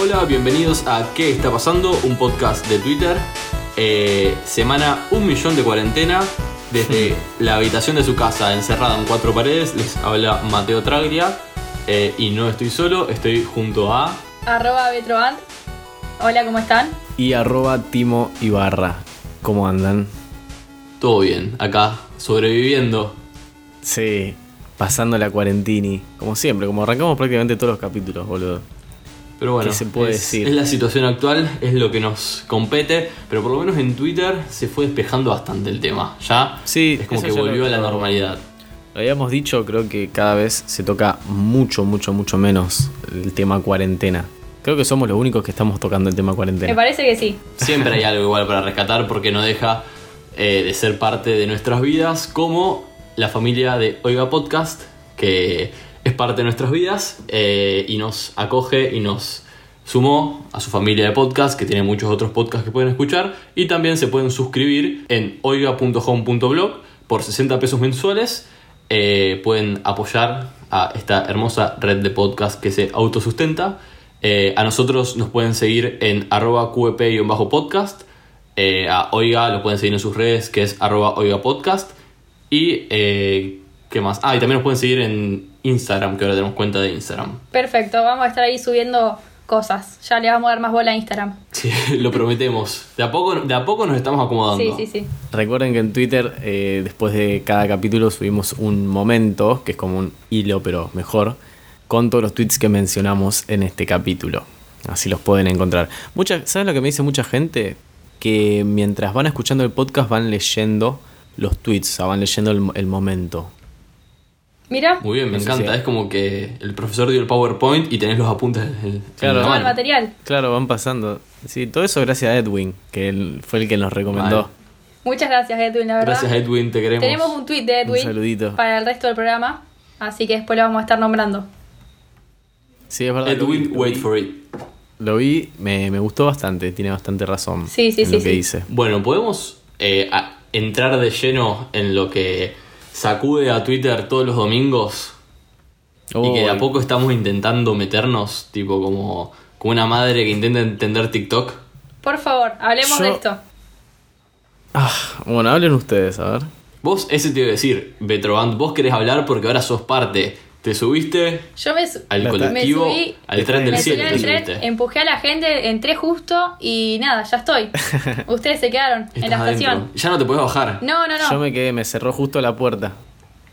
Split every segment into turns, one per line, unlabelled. Hola, bienvenidos a ¿Qué está pasando? Un podcast de Twitter. Eh, semana un millón de cuarentena. Desde la habitación de su casa, encerrada en cuatro paredes, les habla Mateo Traglia. Eh, y no estoy solo, estoy junto a.
Arroba Betroand. Hola, ¿cómo están?
y arroba Timo Ibarra. ¿Cómo andan?
Todo bien, acá, sobreviviendo.
Sí, pasando la cuarentini. Como siempre, como arrancamos prácticamente todos los capítulos, boludo.
Pero bueno,
¿Qué se puede
es,
decir?
es la situación actual, es lo que nos compete. Pero por lo menos en Twitter se fue despejando bastante el tema. Ya
Sí,
es como
eso
que
ya lo-
volvió a la normalidad.
Lo habíamos dicho, creo que cada vez se toca mucho, mucho, mucho menos el tema cuarentena. Creo que somos los únicos que estamos tocando el tema
Me
cuarentena.
parece que sí.
Siempre hay algo igual para rescatar porque no deja eh, de ser parte de nuestras vidas, como la familia de Oiga Podcast, que es parte de nuestras vidas eh, y nos acoge y nos sumó a su familia de podcast, que tiene muchos otros podcasts que pueden escuchar, y también se pueden suscribir en oiga.home.blog por 60 pesos mensuales. Eh, pueden apoyar a esta hermosa red de podcast que se autosustenta. Eh, a nosotros nos pueden seguir en arroba qep-podcast. Eh, a Oiga lo pueden seguir en sus redes que es arroba oiga podcast. Y eh, qué más. Ah, y también nos pueden seguir en Instagram, que ahora tenemos cuenta de Instagram.
Perfecto, vamos a estar ahí subiendo cosas. Ya le vamos a dar más bola a Instagram.
Sí, lo prometemos. De a poco, de a poco nos estamos acomodando.
Sí, sí, sí.
Recuerden que en Twitter, eh, después de cada capítulo, subimos un momento, que es como un hilo, pero mejor, con todos los tweets que mencionamos en este capítulo. Así los pueden encontrar. Mucha, ¿Saben lo que me dice mucha gente? Que mientras van escuchando el podcast van leyendo los tweets, o sea, van leyendo el, mo- el momento.
Mira,
Muy bien, me
Sí, sí,
encanta.
sí.
Es como que el profesor dio el PowerPoint y tenés los apuntes en- en
Claro.
la
todo el
mano.
material.
Claro, van pasando. Sí, todo eso gracias a Edwin, que él fue el que nos recomendó.
Muchas gracias, Edwin, la verdad.
Gracias Edwin, te queremos.
Tenemos un tweet de Edwin
Un saludito.
para el resto del programa, así que después lo vamos a estar nombrando.
Sí, es verdad. lo vi,
Edwin,
lo
wait
vi.
for it.
Lo vi, me, me gustó bastante, tiene bastante razón.
Sí, sí,
en
sí,
Lo que
sí.
dice.
Bueno, podemos eh, a- entrar de lleno en lo que sacude a Twitter todos los domingos y que de a
Oh,
poco estamos intentando meternos, tipo como, como una madre que intenta entender TikTok.
Por favor, hablemos
Yo-
de esto.
Ah, bueno, hablen ustedes, a ver.
Vos, ese te iba a decir, Betroband, vos querés hablar porque ahora sos parte. Te subiste
Yo me, su-
al
Me
colectivo,
subí-
al tren del
me subí
Ah, cielo.
al
te
tren,
subiste.
empujé a la gente, entré justo y nada, ya estoy. Ustedes se quedaron en la
Estás adentro.
estación.
Ya no te puedes bajar.
No, no, no.
Yo me quedé, me cerró justo la puerta.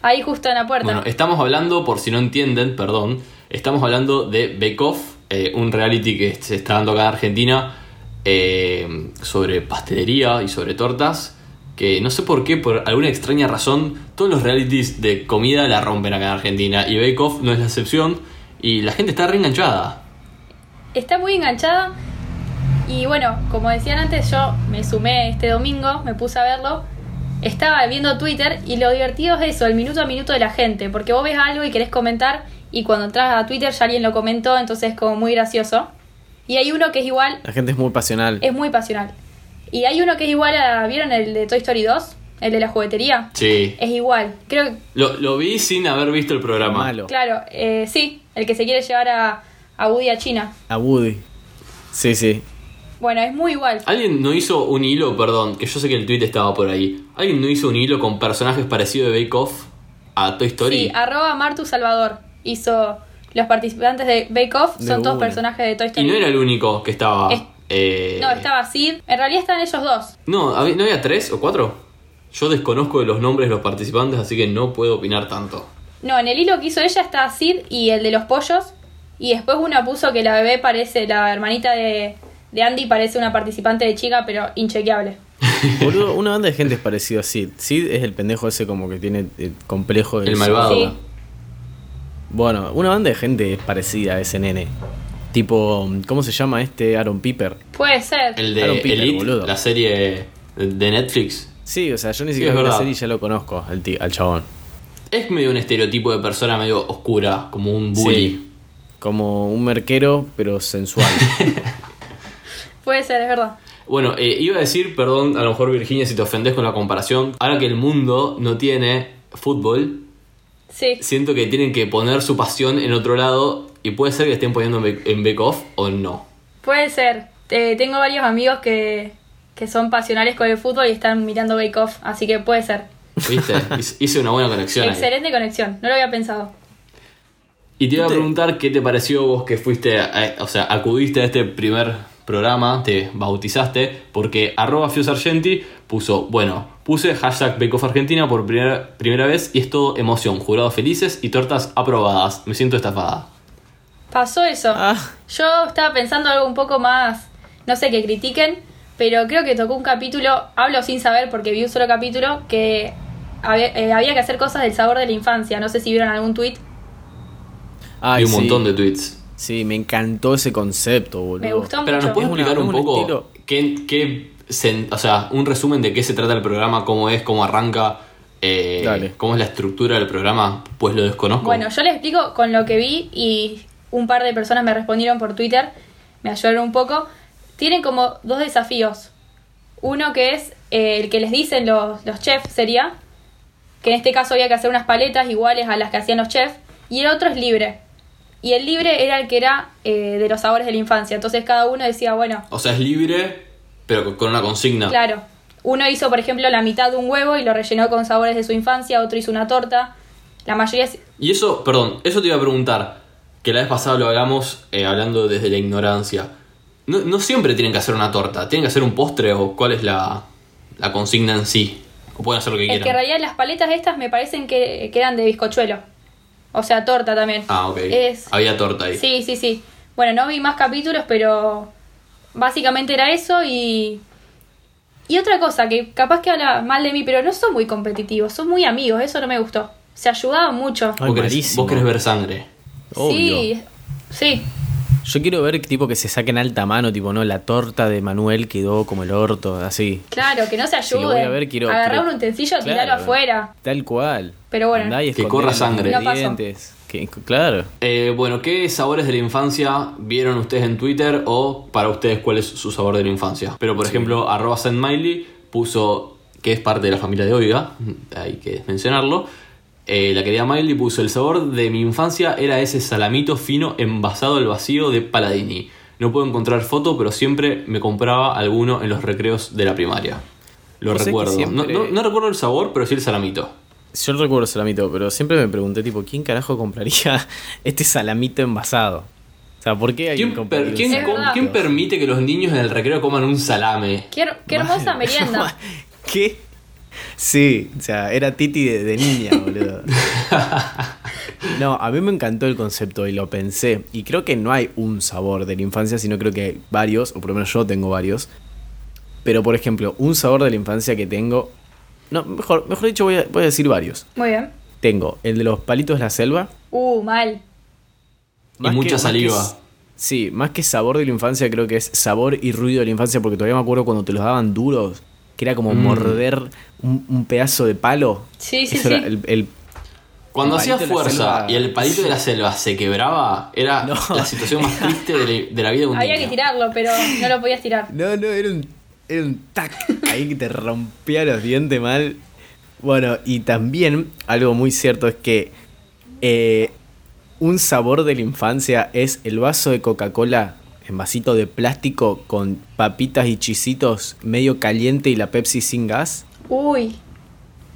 Ahí justo en la puerta.
Bueno, estamos hablando, por si no entienden, perdón, estamos hablando de Bake Off, eh, un reality que se está dando acá en Argentina eh, sobre pastelería y sobre tortas, que no sé por qué, por alguna extraña razón, todos los realities de comida la rompen acá en Argentina y Bake Off no es la excepción y la gente está reenganchada.
Está muy enganchada. Y bueno, como decían antes, yo me sumé este domingo, me puse a verlo. Estaba viendo Twitter y lo divertido es eso, el minuto a minuto de la gente. Porque vos ves algo y querés comentar y cuando entras a Twitter ya alguien lo comentó, entonces es como muy gracioso. Y hay uno que es igual,
La gente es muy pasional.
es muy pasional. Y hay uno que es igual a, ¿vieron el de Toy Story 2? El de la juguetería.
Sí.
Es igual. Creo que
Lo, lo vi sin haber visto el programa.
Malo.
Claro, eh, sí, el que se quiere llevar a, a Woody a China.
A Woody. Sí, sí.
Bueno, es muy igual.
Alguien no hizo un hilo, perdón, que yo sé que el tweet estaba por ahí. ¿Alguien no hizo un hilo con personajes parecidos de Bake Off a Toy Story?
Sí, arroba Martu Salvador hizo los participantes de Bake Off,
De
son todos
una.
personajes de Toy
Y
Story.
no era el único que estaba.
Es-
eh,
No, estaba Sid. En realidad están ellos dos.
No, hab- ¿no había tres o cuatro? Yo desconozco de los nombres de los participantes, así que no puedo opinar tanto.
No, en el hilo que hizo ella está Sid y el de los pollos. Y después una puso que la bebé parece, la hermanita de, de Andy parece una participante de chica, pero inchequeable.
Boludo, una banda de gente es parecida a Sid. Sid es el pendejo ese como que tiene eh, complejo de
El malvado.
Sí.
Bueno, una banda de gente es parecida a ese nene. Tipo, ¿cómo se llama este Aaron Piper?
Puede ser.
El de
Aaron Piper,
Elite,
boludo.
la serie de Netflix,
Sí, o sea, yo ni
Sí,
siquiera
es
vi la
verdad.
serie y ya lo conozco al, ti- al chabón.
es medio un estereotipo de persona medio oscura, como un bully.
Sí. Como un merquero, pero sensual.
Puede ser, es verdad.
Bueno, eh, iba a decir, perdón, a lo mejor Virginia, si te ofendés con la comparación, ahora que el mundo no tiene fútbol,
Sí.
siento que tienen que poner su pasión en otro lado y puede ser que estén poniendo en Bake- en Bake Off o no.
Puede ser. Eh, tengo varios amigos que, que son pasionales con el fútbol y están mirando Bake Off, así que puede ser.
¿Viste? Hice- Hice una buena conexión. ahí.
Excelente conexión, no lo había pensado.
Y te iba a preguntar qué te pareció vos que fuiste, a- o sea, acudiste a este primer programa, te bautizaste, porque arroba Fiosargenti puso, bueno, puse hashtag Bake Off Argentina por primera, primera vez y es todo emoción, jurados felices y tortas aprobadas. Me siento estafada.
Pasó eso.
Ah.
Yo estaba pensando algo un poco más, no sé, que critiquen, pero creo que tocó un capítulo, hablo sin saber porque vi un solo capítulo, que habe- eh, había que hacer cosas del sabor de la infancia. No sé si vieron algún tweet.
Ay,
Hay un
sí.
montón de tweets.
Sí, me encantó ese concepto, boludo.
Me gustó
Pero
mucho.
nos puedes
Es una-
explicar un
es un
poco
estilo.
qué, qué sen- o sea, un resumen de qué se trata el programa, cómo es, cómo arranca, eh,
Dale.
cómo es la estructura del programa, pues lo desconozco.
Bueno, yo les explico con lo que vi y un par de personas me respondieron por Twitter, me ayudaron un poco. Tienen como dos desafíos. Uno que es eh, el que les dicen los, los chefs sería, que en este caso había que hacer unas paletas iguales a las que hacían los chefs, y el otro es libre. Y el libre era el que era eh, de los sabores de la infancia. Entonces cada uno decía, bueno,
O sea, es libre, pero con- con una consigna.
Claro. Uno hizo, por ejemplo, la mitad de un huevo y lo rellenó con sabores de su infancia, otro hizo una torta. La mayoría se-
Y eso, perdón, eso te iba a preguntar, que la vez pasada lo hablamos eh, hablando desde la ignorancia. No, no siempre tienen que hacer una torta, tienen que hacer un postre o cuál es la, la consigna en sí. O pueden hacer lo que
Es que en
quieran.
realidad las paletas estas me parecen que, que eran de bizcochuelo. O sea, torta también.
ah, ok.
Es-
Había torta ahí.
Sí, sí, sí. Bueno, no vi más capítulos, pero básicamente era eso y... Y otra cosa, que capaz que habla mal de mí, pero no son muy competitivos, son muy amigos, eso no me gustó. Se ayudaban mucho.
Ay,
Vos querés,
malísimo.
vos querés ver sangre.
Obvio.
Sí, sí.
Yo quiero ver tipo que se saquen alta mano, tipo, no, la torta de Manuel quedó como el orto, así.
Claro, que no se
Si
ayuden.
lo voy a ver, quiero.
Agarrar
quiero-
un utensilio,
Claro.
tirarlo afuera.
Tal cual.
Pero bueno.
Andá y
Que
escondé
corra
los
sangre.
No pasó.
ingredientes. Que- claro.
Eh, bueno, ¿qué sabores de la infancia vieron ustedes en Twitter o para ustedes cuál es su sabor de la infancia? Pero por ejemplo, arroba Miley puso que es parte de la familia de Oiga, hay que mencionarlo. Eh, la querida Miley puso el sabor de mi infancia era ese salamito fino envasado al vacío de Paladini. No puedo encontrar foto, pero siempre me compraba alguno en los recreos de la primaria. Lo
Vos sabés que
recuerdo.
siempre-
No, no- no recuerdo el sabor, pero sí el salamito.
Yo recuerdo salamito, pero siempre me pregunté, tipo, ¿quién carajo compraría este salamito envasado? O sea, ¿por qué
¿Quién,
alguien
per-
compraría un
quién-
salamito?
salamito?
quién permite que los niños en el recreo coman un salame?
Qué, her- qué hermosa
Mal.
merienda.
¿Qué? Sí, o sea, era Titi de, de niña, boludo. No, a mí me encantó el concepto y lo pensé. Y creo que no hay un sabor de la infancia, sino creo que hay varios, o por lo menos yo tengo varios. Pero, por ejemplo, un sabor de la infancia que tengo. No, mejor, mejor dicho, voy a, voy a decir varios.
Muy bien.
Tengo el de los palitos de la selva.
Uh, mal.
Y mucha saliva.
s- sí, más que sabor de la infancia, creo que es sabor y ruido de la infancia, porque todavía me acuerdo cuando te los daban duros, que era como
Mm.
morder un, un pedazo de palo.
Sí, sí,
Eso
sí.
era el- el-
Cuando
El
hacía
palito de la
fuerza
selva-
y el palito de la selva se quebraba, era
No.
la situación más triste de, de la vida de un
Había que
niño.
tirarlo, pero no lo podías tirar.
No, no, era un, era un tac. Ahí que te rompía los dientes mal. Bueno, y también algo muy cierto es que eh, un sabor de la infancia es el vaso de Coca-Cola en vasito de plástico con papitas y chisitos medio caliente y la Pepsi sin gas.
Uy.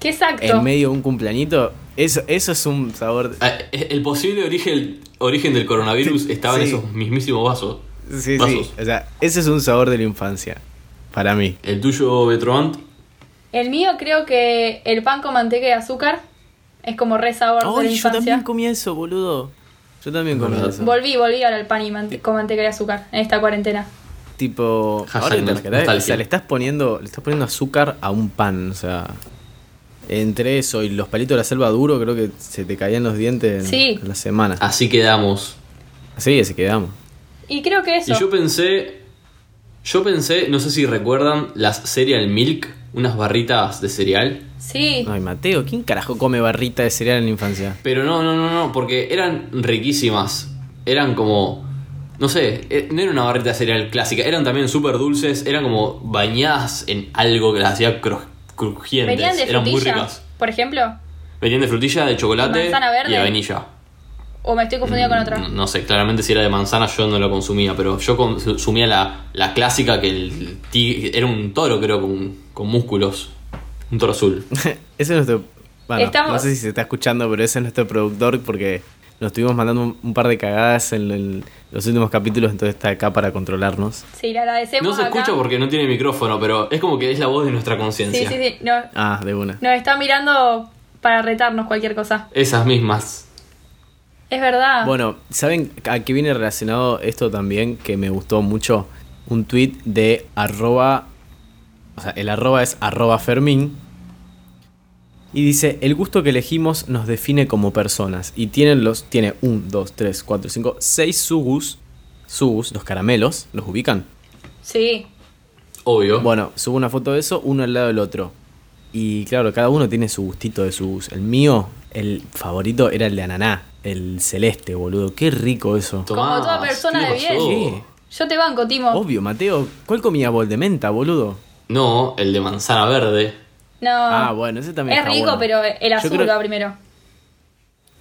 Qué exacto.
En medio de un cumpleañito. Eso, eso es un sabor.
Ah, eh, El posible origen, origen del coronavirus estaba en
sí.
esos mismísimos vasos.
Sí, sí.
vasos.
O sea, ese es un sabor de la infancia. Para mí.
El tuyo, Betroant,
El mío creo que el pan con manteca y azúcar es como re sabor de la
Ay, yo
infancia.
también comí eso, boludo. Yo también comí
Verdad.
eso.
Volví, volví ahora el pan y mante- con manteca y azúcar en esta cuarentena.
Tipo,
Hashtag
ahora te
nos-
rescatás, o
nostalgia.
sea, le estás poniendo, le estás poniendo azúcar a un pan, o sea, entre eso y los palitos de la selva duro, creo que se te caían los dientes en-
Sí.
Ah.
en la semana.
así quedamos.
Así que se quedamos.
Y creo que eso.
Y yo pensé, yo pensé, no sé si recuerdan las cereal milk, unas barritas de cereal.
Sí.
Ay, Mateo, ¿quién carajo come barrita de cereal en la infancia?
Pero no, no, no, no, porque eran riquísimas. Eran como, no sé, eh, no era una barrita de cereal clásica, eran también súper dulces, eran como bañadas en algo que las hacía cru- crujientes.
Venían de
eran muy
frutilla,
ricas.
por ejemplo.
Venían de frutilla, de chocolate
Manzana verde.
y de vainilla.
O me estoy confundiendo con otra.
No, no sé, claramente si era de manzana yo no lo consumía, pero yo consumía la, la clásica que el tig- era un toro, creo, con, con músculos. Un toro azul.
Ese es nuestro. Bueno,
Estamos-
no sé si se está escuchando, pero ese es nuestro productor porque nos estuvimos mandando un, un par de cagadas en, en los últimos capítulos, entonces está acá para controlarnos.
Sí, le agradecemos.
No se
acá.
escucha porque no tiene micrófono, pero es como que es la voz de nuestra
Sí,
conciencia.
sí, sí. No,
Ah, de una.
nos está mirando para retarnos cualquier cosa.
Esas mismas.
Es verdad.
Bueno, ¿saben a qué viene relacionado esto también? Que me gustó mucho. Un tweet de arroba. O sea, el arroba es arroba Fermín. Y dice, el gusto que elegimos nos define como personas. Y tienen los, tiene 1, 2, 3, 4, 5, 6 sugus. Sugus, los caramelos, ¿los ubican?
Sí.
Obvio.
Bueno, subo una foto de eso, uno al lado del otro. Y claro, cada uno tiene su gustito de sus. El mío, el favorito era el de ananá, el celeste, boludo. Qué rico eso.
como toda persona
¿qué
de bien.
pasó?
Sí.
Yo te banco, Timo.
Obvio, Mateo. ¿Cuál comía bol de menta, boludo?
No, el de manzana verde.
No.
Ah, bueno, ese también
Es
está
rico,
bueno.
pero el
Yo
azul
creo-
va primero.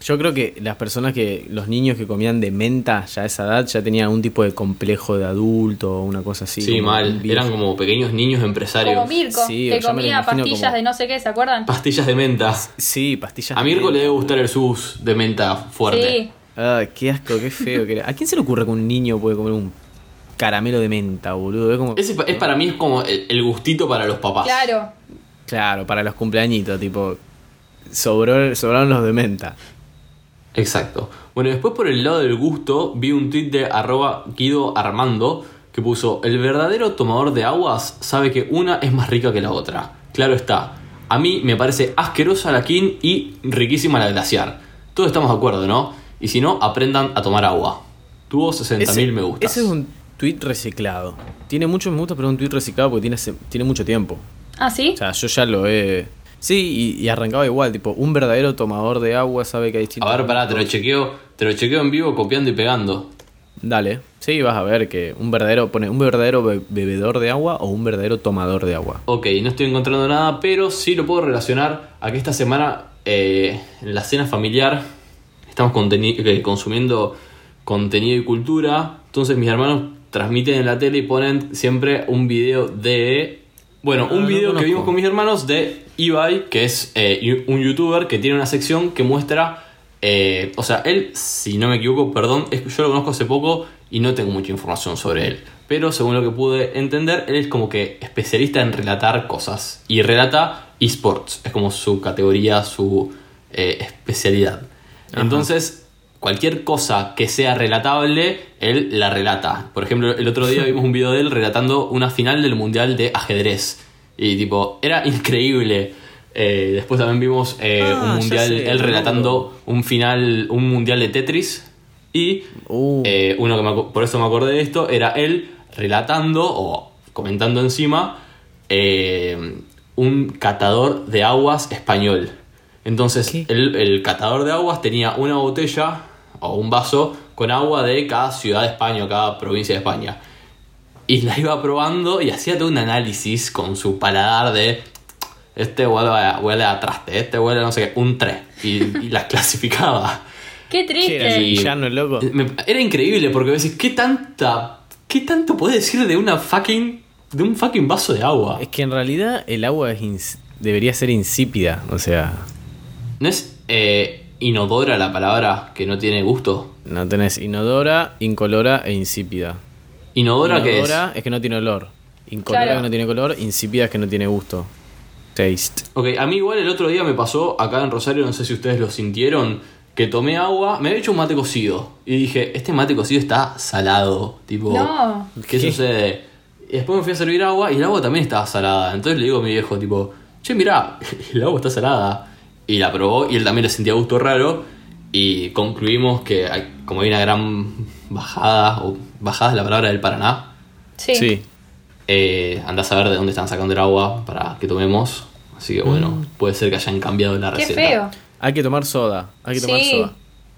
Yo creo que las personas que, los niños que comían de menta ya a esa edad, ya tenían un tipo de complejo de adulto o una cosa así.
Sí,
como un
mal.
bicho.
Eran como pequeños niños empresarios.
Como Mirko, que
Sí, yo me lo
comía
imagino
pastillas
como-
de no sé qué, ¿se acuerdan?
Pastillas de menta.
Sí, pastillas.
A
de
Mirko le
menta.
debe gustar el sus de menta fuerte.
Sí.
Ah, qué asco, qué feo que era. ¿A quién se le ocurre que un niño puede comer un caramelo de menta, boludo? Es como-
Ese pa- es para mí es como el, el gustito para los papás.
Claro.
Claro, para los cumpleañitos, tipo. Sobró, sobraron los de menta.
Exacto. Bueno, después por el lado del gusto vi un tweet de arroba Guido Armando que puso, el verdadero tomador de aguas sabe que una es más rica que la otra. Claro está, a mí me parece asquerosa la King y riquísima la glaciar. Todos estamos de acuerdo, ¿no? Y si no, aprendan a tomar agua. Tuvo 60.000 me gustas.
Ese es un tweet reciclado. Tiene muchos me gusta, pero es un tweet reciclado porque tiene, hace- tiene mucho tiempo.
¿Ah, sí?
O sea, yo ya lo he. Sí, y, y arrancaba igual, tipo, un verdadero tomador de agua sabe que hay distintos.
A ver, pará, te lo chequeo, te lo chequeo en vivo copiando y pegando.
Dale. Sí, vas a ver que un verdadero. Pone un verdadero be- bebedor de agua o un verdadero tomador de agua.
Ok, no estoy encontrando nada, pero sí lo puedo relacionar a que esta semana eh, en la cena familiar estamos conteni- eh, consumiendo contenido y cultura. Entonces mis hermanos transmiten en la tele y ponen siempre un video de... Bueno,
Ah,
un
no
video que
conozco.
vimos con mis hermanos de Ibai, que es eh, yu- un youtuber que tiene una sección que muestra... eh, o sea, él, si no me equivoco, perdón, es que yo lo conozco hace poco y no tengo mucha información sobre él. Pero según lo que pude entender, él es como que especialista en relatar cosas. Y relata esports, es como su categoría, su eh, especialidad. Entonces, cualquier cosa que sea relatable, él la relata. Por ejemplo, el otro día vimos un video de él relatando una final del Mundial de ajedrez. Y tipo, era increíble. Eh, después también vimos eh,
Ah, ya
un mundial,
sé,
él
me
relatando un final, un mundial de Tetris. Y
Uh.
eh, uno que me acu- por eso me acordé de esto, era él relatando o comentando encima eh, un catador de aguas español. Entonces,
¿Qué?
el, el catador de aguas tenía una botella o un vaso con agua de cada ciudad de España o cada provincia de España. Y la iba probando y hacía todo un análisis con su paladar de. Este huele a, huele a traste, este huele a no sé qué, un 3. Y, y las clasificaba.
Qué
¿Qué era
triste.
el
Y-
villano, loco?
Me- era increíble porque a veces, ¿qué tanta. ¿Qué tanto puedes decir de una fucking. de un fucking vaso de agua?
Es que en realidad el agua es ins- debería ser insípida, o sea,
¿No es eh, inodora la palabra que no tiene gusto?
no tenés inodora, incolora e insípida.
¿Inodora, que es?
Inodora es que no tiene olor, incolora
Claro.
que no tiene color, insípida es que no tiene gusto. Taste.
Ok, a mí igual el otro día me pasó acá en Rosario, no sé si ustedes lo sintieron, que tomé agua, me había hecho un mate cocido y dije, este mate cocido está salado, tipo,
No.
¿qué,
¿Qué?
sucede? Y después me fui a servir agua y el agua también estaba salada, entonces le digo a mi viejo, tipo, che, mirá, el agua está salada. Y la probó y él también le sentía gusto raro y concluimos que hay- como hay una gran bajadas, o bajadas la palabra del Paraná.
Sí.
Eh, andás a ver de dónde están sacando el agua para que tomemos. Así que bueno, puede ser que hayan cambiado la
Qué
receta.
feo.
Hay que tomar soda. Hay que tomar
Sí.
soda.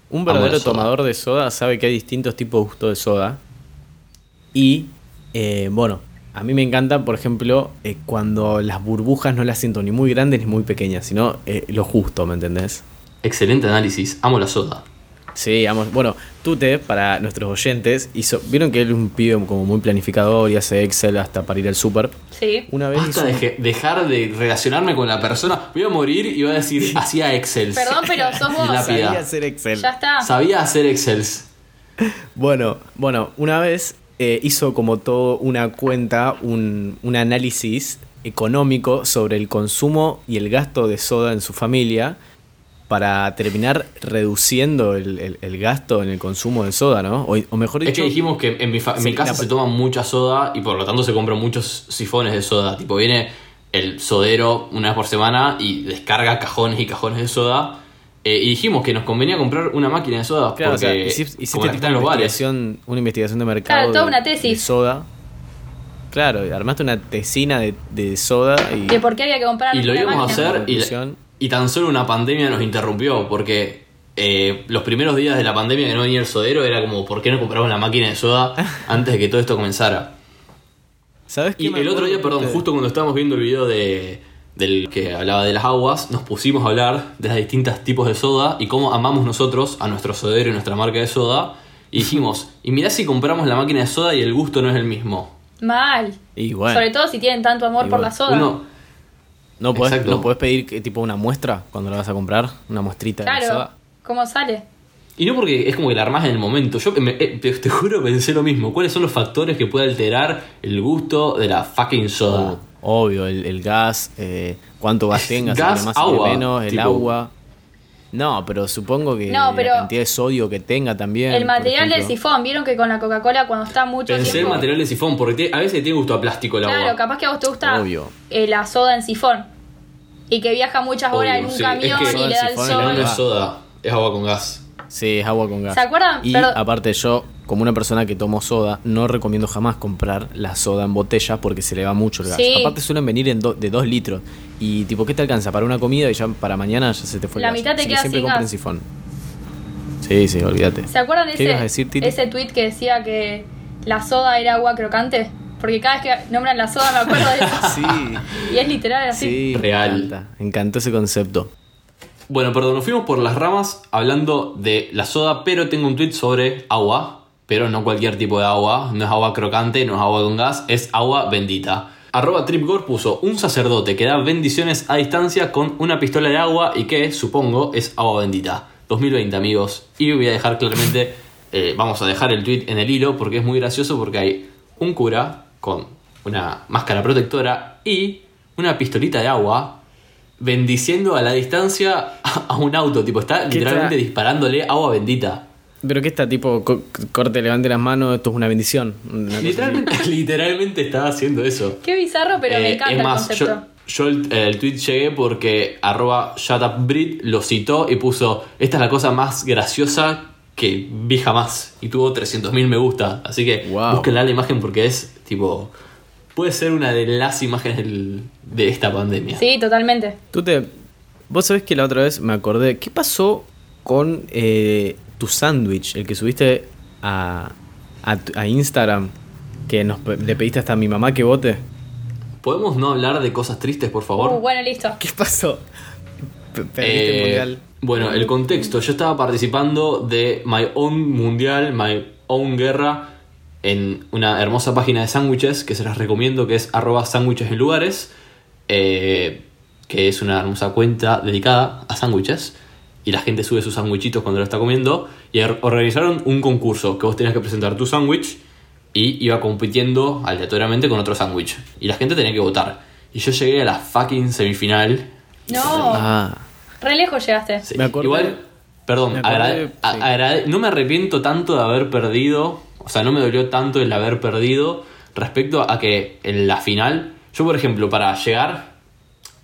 Un
Amo
verdadero
la soda.
tomador de soda sabe que hay distintos tipos de gusto de soda. Y eh, bueno, a mí me encanta, por ejemplo, eh, cuando las burbujas no las siento ni muy grandes ni muy pequeñas, sino eh, lo justo, ¿me entendés?
Excelente análisis. Amo la soda.
Sí, vamos. Bueno, Tute, para nuestros oyentes, hizo. Vieron que él es un pibe como muy planificador y hace Excel hasta para ir al súper.
Sí.
Una vez. hizo
Basta
un-
de je- dejar de relacionarme con la persona. Voy a morir y voy a decir, hacía Excel.
Perdón, pero sos vos.
La
Sabía
piedad.
hacer Excel.
Ya está.
Sabía hacer Excel.
Bueno, bueno, una vez eh, hizo como todo una cuenta, un, un análisis económico sobre el consumo y el gasto de soda en su familia para terminar reduciendo el, el- el gasto en el consumo de soda, ¿no? O, o mejor
Es
dicho,
que dijimos que en mi, fa- en
Sí,
mi casa
la-
se toma mucha soda y por lo tanto se compran muchos sifones de soda. Tipo, viene el sodero una vez por semana y descarga cajones y cajones de soda. Eh, y dijimos que nos convenía comprar una máquina de soda
claro, o
porque
sea, hici- hiciste
como la que está
este tipo
en los
una,
bares.
investigación, una investigación de mercado
Claro, toda
de-
una tesis.
de soda. Claro, armaste una tesina de, de soda y...
¿De por qué había que comprar
Y lo
una
íbamos a
máquina?
hacer y,
Conclusión.
y tan solo una pandemia nos interrumpió porque eh, los primeros días de la pandemia que no venía el sodero era como, ¿por qué no compramos la máquina de soda antes de que todo esto comenzara?
¿Sabes qué
Y
me
el otro
acuerdo?
día, perdón,
Te-
justo cuando estábamos viendo el video de, del que hablaba de las aguas, nos pusimos a hablar de los distintos tipos de soda y cómo amamos nosotros a nuestro sodero y nuestra marca de soda. Y dijimos, y mirá si compramos la máquina de soda y el gusto no es el mismo.
Mal.
Y bueno.
Sobre todo si tienen tanto amor
Y
por
bueno.
la soda.
Uno,
¿No podés,
Exacto.
¿No podés pedir que, tipo una muestra cuando la vas a comprar? ¿Una muestrita de
claro.
soda?
¿Cómo sale?
y no porque es como que la armás en el momento. Yo me- eh, te, te juro pensé lo mismo. ¿Cuáles son los factores que puede alterar el gusto de la fucking soda?
Obvio, el, el gas, eh, cuánto gas tengas, si
Gas,
tiene más si tiene
agua,
menos, el
tipo-
agua. No, pero supongo que
No, pero-
la cantidad de sodio que tenga también.
el
por
material del
ejemplo.
sifón. Vieron que con la Coca-Cola cuando está mucho
Pensé en
tiempo...
material de sifón, porque tiene- a veces tiene gusto a plástico el
Claro,
agua.
capaz que a vos te gusta
Obvio.
eh, la soda en sifón. Y que viaja muchas horas
Obvio,
en un
sí.
camión
Es que
y le da el
soda en sifón
sol.
y
No
la
es soda, es agua con gas.
Sí, es agua con gas.
¿Se acuerdan?
Y
Pero-
aparte yo, como una persona que tomo soda, no recomiendo jamás comprar la soda en botella porque se le va mucho el gas.
Sí.
Aparte suelen venir en do- de 2 litros. Y tipo, ¿qué te alcanza? Para una comida y ya para mañana ya se te fue
La
el gas.
mitad te
Así que
queda
siempre
sin
compren
gas.
sifón. Sí, sí, olvídate.
¿Se acuerdan de
¿Qué ibas a decir,
ese,
Titi?
ese tweet que decía que la soda era agua crocante? Porque cada vez que nombran la soda me acuerdo de eso.
Sí,
Y es literal así.
sí.
Real.
Me encanta. Me encantó ese concepto.
Bueno, perdón, nos fuimos por las ramas hablando de la soda, pero tengo un tweet sobre agua, pero no cualquier tipo de agua, no es agua crocante, no es agua con gas, es agua bendita. Arroba TripGore puso un sacerdote que da bendiciones a distancia con una pistola de agua y que, supongo, es agua bendita. 2020, amigos. Y voy a dejar claramente, eh, vamos a dejar el tweet en el hilo porque es muy gracioso porque hay un cura con una máscara protectora y una pistolita de agua bendiciendo a la distancia a a un auto. Tipo, está literalmente
tal?
disparándole agua bendita.
Pero que está tipo, co- corte, levante las manos, esto es una bendición. Una cosa
Literalmente, literalmente está haciendo eso.
Qué bizarro, pero
Eh,
me encanta
es más,
el concepto.
Yo, yo el, el tweet llegué porque arroba shutupbrit lo citó y puso, esta es la cosa más graciosa que vi jamás. Y tuvo 300.000 me gusta. Así que
Wow.
búsquenla la imagen porque es tipo... Puede ser una de las imágenes del- de esta pandemia.
Sí, totalmente.
Tú te. Vos sabés que la otra vez me acordé. ¿Qué pasó con eh, tu sándwich? El que subiste a, a, tu- a Instagram. Que nos, pe- le pediste hasta a mi mamá que vote.
¿Podemos no hablar de cosas tristes, por favor?
Uh, bueno, listo.
¿Qué pasó? P-
Eh,
Perdiste el mundial.
Bueno, el contexto. Yo estaba participando de My Own Mundial, My Own Guerra, en una hermosa página de sándwiches que se las recomiendo, que es arroba sándwiches en lugares, eh, que es una hermosa cuenta dedicada a sándwiches. Y la gente sube sus sándwichitos cuando lo está comiendo. Y or- organizaron un concurso que vos tenías que presentar tu sándwich y iba compitiendo aleatoriamente con otro sándwich. Y la gente tenía que votar. Y yo llegué a la fucking semifinal
No,
Ah.
re lejos llegaste.
Sí.
Me acordé-
Igual, perdón,
me acordé-
agrade- a-
sí.
agrade- no me arrepiento tanto de haber perdido, o sea, no me dolió tanto el haber perdido respecto a que en la final, yo por ejemplo, para llegar,